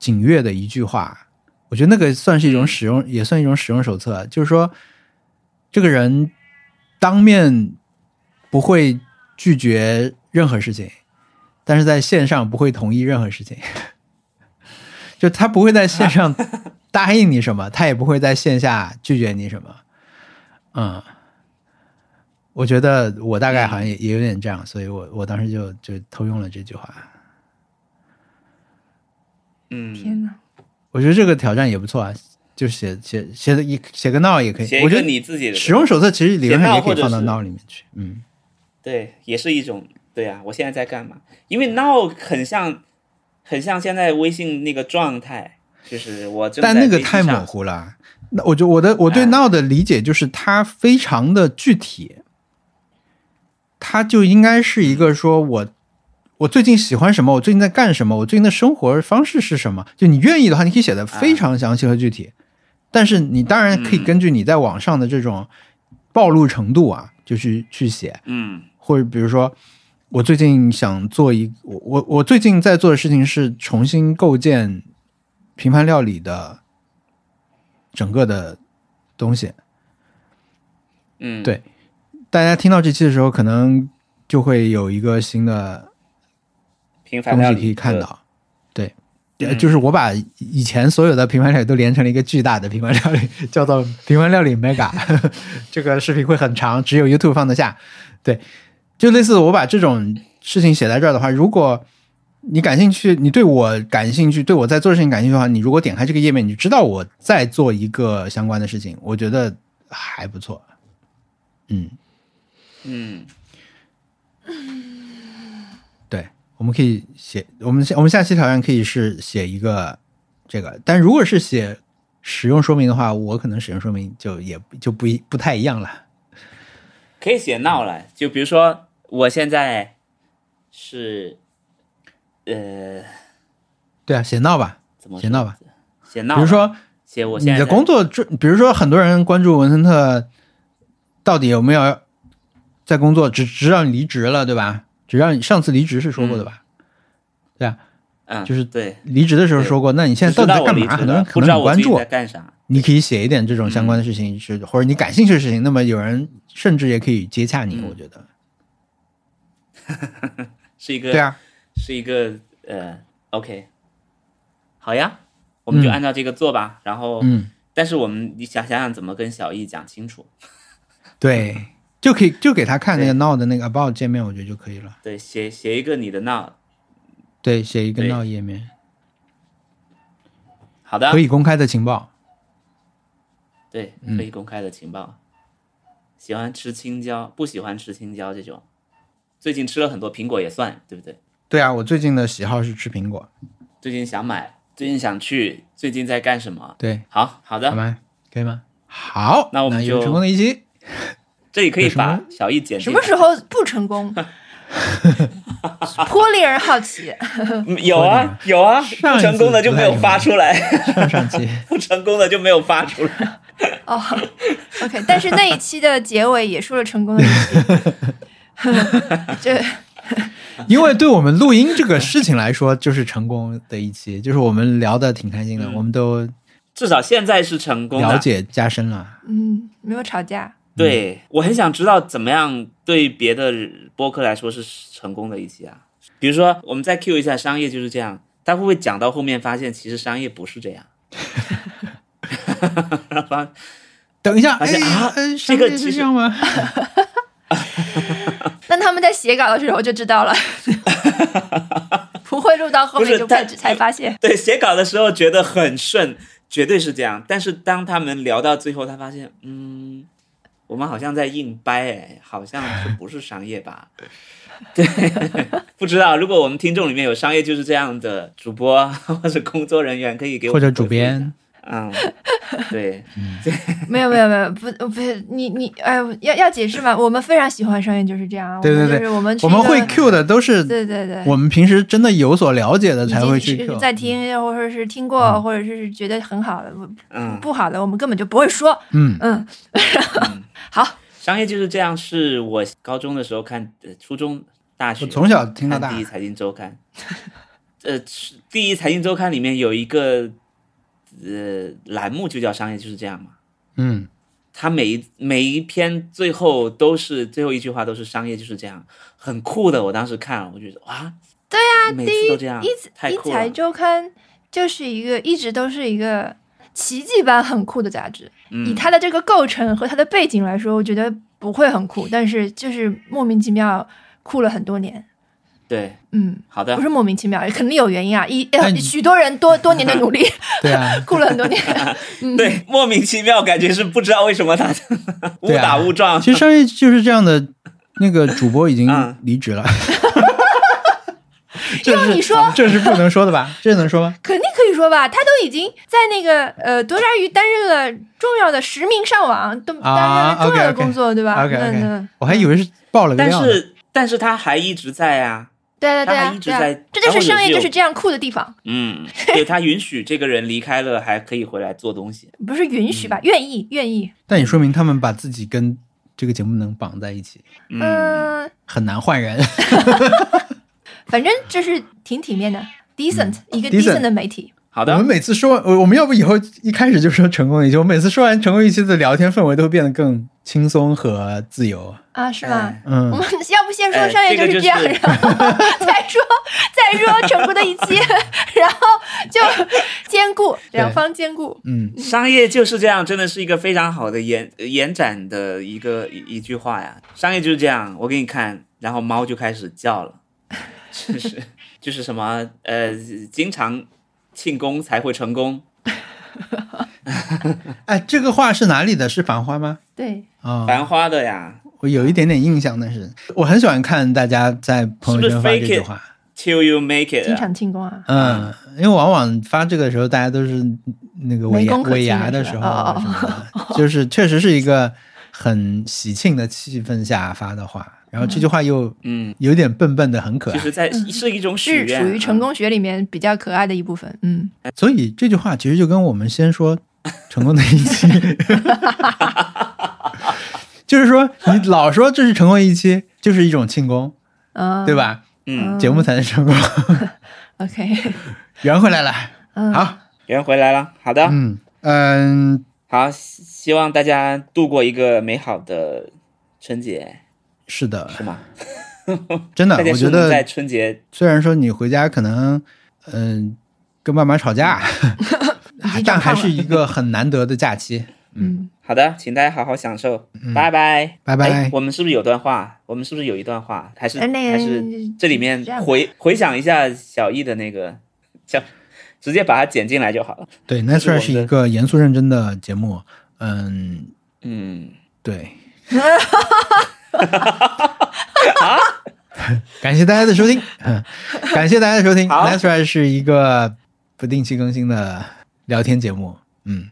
Speaker 1: 景岳的一句话，我觉得那个算是一种使用，也算一种使用手册，就是说这个人当面不会拒绝任何事情，但是在线上不会同意任何事情， 就他不会在线上答应你什么，他也不会在线下拒绝你什么。嗯，我觉得我大概好
Speaker 3: 嗯
Speaker 1: 像也也有点这样，所以我我当时就就偷用了这句话。
Speaker 3: 嗯，
Speaker 2: 天哪！
Speaker 1: 我觉得这个挑战也不错啊，就写写写的一写个 now 也可以。
Speaker 3: 写一
Speaker 1: 我觉
Speaker 3: 个
Speaker 1: 得
Speaker 3: 你自己的
Speaker 1: 使用手册其实理论上也可以放
Speaker 3: 写 now 或者
Speaker 1: 到
Speaker 3: 是
Speaker 1: now 里面去。嗯，
Speaker 3: 对，也是一种对啊。我现在在干嘛？因为 now 很像很像现在微信那个状态，就是我正
Speaker 1: 但
Speaker 3: 在
Speaker 1: 那个
Speaker 3: 飞机
Speaker 1: 太
Speaker 3: 上
Speaker 1: 模糊了。那我就我的我对
Speaker 3: 哎
Speaker 1: now 的理解就是它非常的具体，它就应该是一
Speaker 3: 嗯
Speaker 1: 个说我我最近喜欢什么，我最近在干什么，我最近的生活方式是什么。就你愿意的话，你可以写的非常详细和具体，但是你当然可以
Speaker 3: 嗯
Speaker 1: 根据你在网上的这种暴露程度啊，就去去写。
Speaker 3: 嗯
Speaker 1: 或者比如说，我最近想做一，我我我最近在做的事情是重新构建平凡料理的整个的东西。
Speaker 3: 嗯，
Speaker 1: 对大家听到这期的时候，可能就会有一个新的
Speaker 3: 平凡
Speaker 1: 东
Speaker 3: 料
Speaker 1: 西
Speaker 3: 理
Speaker 1: 可以看
Speaker 3: 的
Speaker 1: 到。对，呃就是我把以前所有的平凡料理都连成了一个巨大的平凡料理，叫做平凡料理 mega。这个视频会很长，只有 YouTube 放得下。对，就类似我把这种事情写在这儿的话，如果你感兴趣，你对我感兴趣，对我在做的事情感兴趣的话，你如果点开这个页面，你就知道我在做一个相关的事情，我觉得还不错。嗯，
Speaker 3: 嗯，
Speaker 1: 对，我们可以写，我们下我们下期挑战可以是写一个这个，但如果是写使用说明的话，我可能使用说明就也就不一不太一样了。
Speaker 3: 可以写闹了。就比如说，我现在是呃，
Speaker 1: 对啊，写闹吧，
Speaker 3: 怎么
Speaker 1: 写
Speaker 3: 说
Speaker 1: 闹吧。
Speaker 3: 写
Speaker 1: 比
Speaker 3: 闹了？
Speaker 1: 如说
Speaker 3: 写我
Speaker 1: 你
Speaker 3: 现在
Speaker 1: 的
Speaker 3: 在
Speaker 1: 工作状，比如说很多人关注文森特到底有没有在工作，直直到你离职了，对吧？直到你上次离职是说过的吧？
Speaker 3: 嗯，
Speaker 1: 就是
Speaker 3: 对。
Speaker 1: 离职的时候说过，那你现在
Speaker 3: 不
Speaker 1: 到底在
Speaker 3: 知道我
Speaker 1: 干
Speaker 3: 离
Speaker 1: 嘛？
Speaker 3: 职
Speaker 1: 很多人
Speaker 3: 了
Speaker 1: 可
Speaker 3: 不知
Speaker 1: 能
Speaker 3: 道
Speaker 1: 很
Speaker 3: 我
Speaker 1: 关
Speaker 3: 自己
Speaker 1: 注
Speaker 3: 在，干啥。
Speaker 1: 你可以写一点这种相
Speaker 3: 嗯
Speaker 1: 关的事情，是或者你感兴趣的事情，那么有人甚至也可以接洽你，
Speaker 3: 嗯
Speaker 1: 我觉得。
Speaker 3: 是一个
Speaker 1: 对啊，
Speaker 3: 是一个呃，OK，好呀，我们
Speaker 1: 嗯
Speaker 3: 就按照这个做吧。然后，
Speaker 1: 嗯，
Speaker 3: 但是我们你想想想怎么跟小易讲清楚。
Speaker 1: 对，就可以就给他看那个
Speaker 3: 对
Speaker 1: now 的那个 about 界面，我觉得就可以了。
Speaker 3: 对，写写一个你的闹。
Speaker 1: 对，写一个
Speaker 3: 对
Speaker 1: now 页面，
Speaker 3: 好的
Speaker 1: 可，以公开的情报。
Speaker 3: 对，
Speaker 1: 嗯
Speaker 3: 可以公开的情报。喜欢吃青椒，不喜欢吃青椒这种。最近吃了很多苹果也算，对不对？
Speaker 1: 对啊，我最近的喜好是吃苹果。
Speaker 3: 最近想买，最近想去，最近在干什么？
Speaker 1: 对，
Speaker 3: 好好
Speaker 1: 好
Speaker 3: 的，
Speaker 1: 吗？可以吗？好，
Speaker 3: 那我们
Speaker 1: 有
Speaker 3: 就
Speaker 1: 成功的一 期。
Speaker 3: 这里可
Speaker 1: 有
Speaker 3: 以
Speaker 1: 什么
Speaker 3: 把小易剪进
Speaker 2: 什么时候不成 功？颇令人好奇。
Speaker 3: 嗯有啊有啊，
Speaker 1: 上
Speaker 3: 不
Speaker 1: 一
Speaker 3: 成功的
Speaker 1: 次
Speaker 3: 就
Speaker 1: 不
Speaker 3: 没
Speaker 1: 太
Speaker 3: 有
Speaker 1: 成
Speaker 3: 发
Speaker 1: 功
Speaker 3: 出来，
Speaker 1: 上上期
Speaker 3: 不成功的就没有发出来。
Speaker 2: 哦，OK，但是那一期的结尾也说了成功的一 期，这
Speaker 1: 因为对我们录音这个事情来说，就是成功的一期，就是我们聊的挺开心的，
Speaker 3: 嗯
Speaker 1: 我们都
Speaker 3: 至少现在是成功
Speaker 1: 了
Speaker 3: 的。
Speaker 1: 解加深了。
Speaker 2: 嗯没有吵架，
Speaker 3: 对我很想知道怎么样对别的播客来说是成功的一期啊。比如说，我们再 Q 一下商业就是这样，他会不会讲到后面发现其实商业不是这样？然后发
Speaker 1: 等一下，
Speaker 3: 而
Speaker 1: 哎
Speaker 3: 且啊
Speaker 1: 哎，
Speaker 3: 这个
Speaker 1: 上期
Speaker 3: 其
Speaker 1: 是
Speaker 3: 实
Speaker 1: 这样吗？
Speaker 2: 那他们在写稿的时候就知道了， 不会录到后
Speaker 3: 不
Speaker 2: 面
Speaker 3: 是
Speaker 2: 就
Speaker 3: 但
Speaker 2: 才才发现。
Speaker 3: 对写稿的时候觉得很顺，绝对是这样。但是当他们聊到最后，他发现，嗯，我们好像在硬掰，哎，好像是不是商业吧？ 对，不知道。如果我们听众里面有商业就是这样的主播或者工作人员，可以给我
Speaker 1: 或
Speaker 3: 们
Speaker 1: 者主
Speaker 3: 回复一下
Speaker 1: 编，
Speaker 3: 嗯，对，
Speaker 2: 没有没有没有，不不是你你哎，要要解释吗？我们非常喜欢商业就是这样啊，
Speaker 1: 对对对
Speaker 2: 我们就是
Speaker 1: 我
Speaker 2: 我
Speaker 1: 们
Speaker 2: 们去一
Speaker 1: 会
Speaker 2: 个
Speaker 1: Q 的都是
Speaker 2: 对对对，
Speaker 1: 我们平时真的有所了解的
Speaker 2: 已
Speaker 1: 才
Speaker 2: 经
Speaker 1: 会去嗯
Speaker 2: 是
Speaker 1: Q。
Speaker 2: 在听，或者是听过，或者是觉得很好的，不
Speaker 3: 嗯，
Speaker 2: 不好的我们根本就不会说。
Speaker 1: 嗯，
Speaker 2: 嗯，
Speaker 3: 商业就是这样。是我高中的时候看，呃，初中、大学
Speaker 1: 我从小听到
Speaker 3: 看
Speaker 1: 大
Speaker 3: 《第一，财经周刊》，呃，是《第一财经周刊》里面有一个呃栏目就叫“商业就是这样”嘛。
Speaker 1: 嗯，
Speaker 3: 它每一每一篇最后都是最后一句话都是“商业就是这样”，很酷的。我当时看了，我觉得哇，对呀、每次都这样，太
Speaker 2: 啊一
Speaker 3: 酷
Speaker 2: 财
Speaker 3: 了。
Speaker 2: 周刊就是一个一直都是一个奇迹般很酷的杂志，以
Speaker 3: 嗯，
Speaker 2: 它的这个构成和它的背景来说，我觉得不会很酷，但是就是莫名其妙酷了很多年。
Speaker 3: 对，
Speaker 2: 嗯，
Speaker 3: 好的
Speaker 2: 不，是莫名其妙，肯定有原因啊！一、呃
Speaker 1: 哎你
Speaker 2: 许多人多多年的努力，
Speaker 1: 对啊，
Speaker 2: 酷了很多年。 嗯
Speaker 3: 对，莫名其妙，感觉是不知道为什 么他误
Speaker 1: 对啊
Speaker 3: 打误撞。
Speaker 1: 其实商业 就是这样的，那个主播已经
Speaker 3: 嗯
Speaker 1: 离职了，这
Speaker 2: 要
Speaker 1: 是
Speaker 2: 你 说
Speaker 1: 这是不能说的吧？这能说吗？
Speaker 2: 肯定可以说吧，他都已经在那个呃多抓鱼担任了重要的实名上网，都担任
Speaker 1: 啊
Speaker 2: 了重要的
Speaker 1: OK，OK
Speaker 2: 工作，对吧？嗯
Speaker 1: OK，OK
Speaker 2: 那那
Speaker 1: 我还以为是爆了个
Speaker 3: 但
Speaker 1: 料呢。
Speaker 3: 是但是他还一直在啊，
Speaker 2: 对对对
Speaker 3: 他还
Speaker 2: 啊
Speaker 3: 一，直
Speaker 2: 对啊
Speaker 3: 在，
Speaker 2: 这就是商业，
Speaker 3: 然后也是有
Speaker 2: 就是这样酷的地方，
Speaker 3: 嗯，对他允许这个人离开了还可以回来做东西，
Speaker 2: 不是允许吧？
Speaker 3: 嗯
Speaker 2: 愿意，愿意，
Speaker 1: 但也说明他们把自己跟这个节目能绑在一起，
Speaker 3: 嗯，
Speaker 2: 嗯，
Speaker 1: 很难换人。
Speaker 2: 反正就是挺体面的，decent
Speaker 3: 嗯
Speaker 2: 一个
Speaker 1: decent
Speaker 2: decent 的媒体，
Speaker 3: 好
Speaker 1: 我们
Speaker 3: 的，
Speaker 1: 每次说完，我我们要不以后一开始就说成功的一期，我每次说完成功一期的聊天氛围都会变得更轻松和自由。
Speaker 2: 啊，是吗？
Speaker 3: 哎
Speaker 2: 我
Speaker 1: 嗯，
Speaker 2: 们要不先说商业
Speaker 3: 哎这个
Speaker 2: 是这样，
Speaker 3: 就是
Speaker 2: 然后 再说再说成功的一 期，然后就兼顾两方兼顾。
Speaker 1: 嗯，
Speaker 3: 商业就是这样，真的是一个非常好的延呃延展的一个一一句话呀。商业就是这样，我给你看，然后猫就开始叫了，就是 就是什么呃，经常庆功才会成功。
Speaker 1: 哎，这个话是哪里的？是《繁花》吗？
Speaker 2: 对，
Speaker 1: 啊、
Speaker 3: 繁花的呀
Speaker 1: 我有一点点印象，但是我很喜欢看大家在朋友圈发这句话。
Speaker 3: ，till you make it
Speaker 2: 经
Speaker 3: 啊。
Speaker 2: 常庆功啊，
Speaker 1: 嗯，因为往往发这个时候，大家都是那个尾
Speaker 2: 没
Speaker 1: 牙
Speaker 2: 工可
Speaker 1: 尾
Speaker 2: 进
Speaker 1: 牙
Speaker 2: 了
Speaker 1: 的
Speaker 2: 是
Speaker 1: 时候
Speaker 2: 吧哦
Speaker 1: 啊什么的，就是确实是一个很喜庆的气氛下发的话，然后这句话又
Speaker 3: 嗯，
Speaker 1: 有点笨笨的，很可
Speaker 3: 啊就
Speaker 1: 爱，
Speaker 3: 是在是一种许
Speaker 2: 嗯是
Speaker 3: 愿，啊
Speaker 2: 属于成。功学里面比较可爱的一部分。嗯，
Speaker 1: 所以这句话其实就跟我们先说成功的一 期， 就是说你老说这是成功一期，就是一种庆功，
Speaker 2: 啊，
Speaker 1: 对？吧？
Speaker 3: 嗯，
Speaker 1: 节目才能 成功，
Speaker 2: OK，
Speaker 1: 圆回来了，
Speaker 2: 嗯，
Speaker 1: 好，
Speaker 3: 有人回来了，好的，
Speaker 1: 嗯嗯，
Speaker 3: 好，希希望大家度过一个美好的春节，
Speaker 1: 是的，
Speaker 3: 是吗？
Speaker 1: 真的，
Speaker 3: 大家
Speaker 1: 我
Speaker 3: 是
Speaker 1: 觉
Speaker 3: 不是
Speaker 1: 得
Speaker 3: 在春节
Speaker 1: 虽然说你回家可能，嗯、跟爸妈吵 架，
Speaker 2: 经
Speaker 1: 但
Speaker 2: 长
Speaker 1: 还
Speaker 2: 胖了
Speaker 1: 是一个很难得的假期。
Speaker 2: 嗯，
Speaker 3: 好的，请大家好好享受，拜拜，
Speaker 1: 嗯拜拜
Speaker 3: 哎我们是不是有段话？我们是不是有一段话？还是
Speaker 2: 哎那个
Speaker 3: 还是这里面
Speaker 2: 这样吧
Speaker 3: 回回想一下小易的那个叫，直接把它剪进来就好了。
Speaker 1: 对 n a t u r 是一个严肃认真的节目，嗯，
Speaker 3: 嗯，
Speaker 1: 对。 感谢大家的收听，嗯感谢大家的收听。
Speaker 3: 好
Speaker 1: n a t u r 是一个不定期更新的聊天节目，嗯，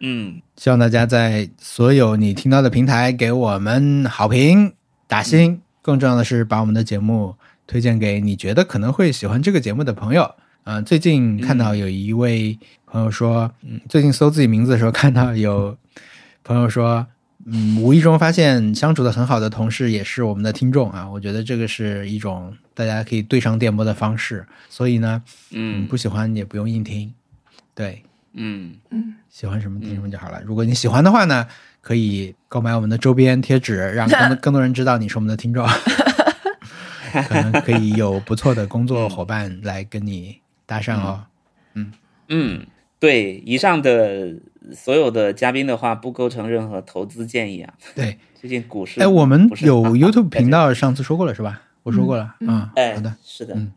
Speaker 3: 嗯，
Speaker 1: 希望大家在所有你听到的平台给我们好评、打星，更重要的是把我们的节目推荐给你觉得可能会喜欢这个节目的朋友。嗯、最近看到有一位朋友说，嗯，最近搜自己名字的时候看到有朋友说，嗯，无意中发现相处的很好的同事也是我们的听众啊，我觉得这个是一种大家可以对上电波的方式。所以呢，嗯，
Speaker 3: 嗯
Speaker 1: 不喜欢也不用硬听，对，
Speaker 3: 嗯，
Speaker 1: 喜欢什么听什么就好了。如果你喜欢的话呢，可以购买我们的周边贴纸，让更 多更多人知道你是我们的听众，可能可以有不错的工作伙伴来跟你搭讪哦。
Speaker 3: 嗯，对，以上的所有的嘉宾的话不构成任何投资建议啊。
Speaker 1: 对，
Speaker 3: 最近股市
Speaker 1: 哎，我们
Speaker 3: 不是
Speaker 1: 有
Speaker 3: 很好
Speaker 1: YouTube 频，道，上次说过了是吧？我说过了，嗯，
Speaker 3: 哎，
Speaker 1: 好的，
Speaker 3: 是的，
Speaker 1: 嗯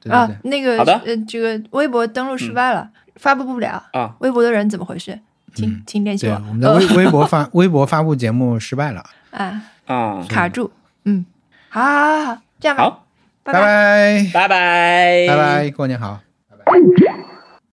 Speaker 1: 对对
Speaker 2: 啊
Speaker 1: 对，，
Speaker 2: 那个
Speaker 3: 好的嗯
Speaker 2: 呃，这个微博登录失败了，发布不了
Speaker 3: 啊。
Speaker 2: 微博的人怎么回事？请请联系
Speaker 1: 对，
Speaker 2: 我。
Speaker 1: 我们的
Speaker 2: 哦
Speaker 1: 微微 博发微博发布节目失败了，
Speaker 2: 啊，
Speaker 3: 啊，
Speaker 2: 卡住，嗯，好，好，好，好，这样吧，
Speaker 3: 好，
Speaker 2: 拜
Speaker 1: 拜，
Speaker 3: 拜拜，
Speaker 1: 拜拜，过年好。
Speaker 4: Thank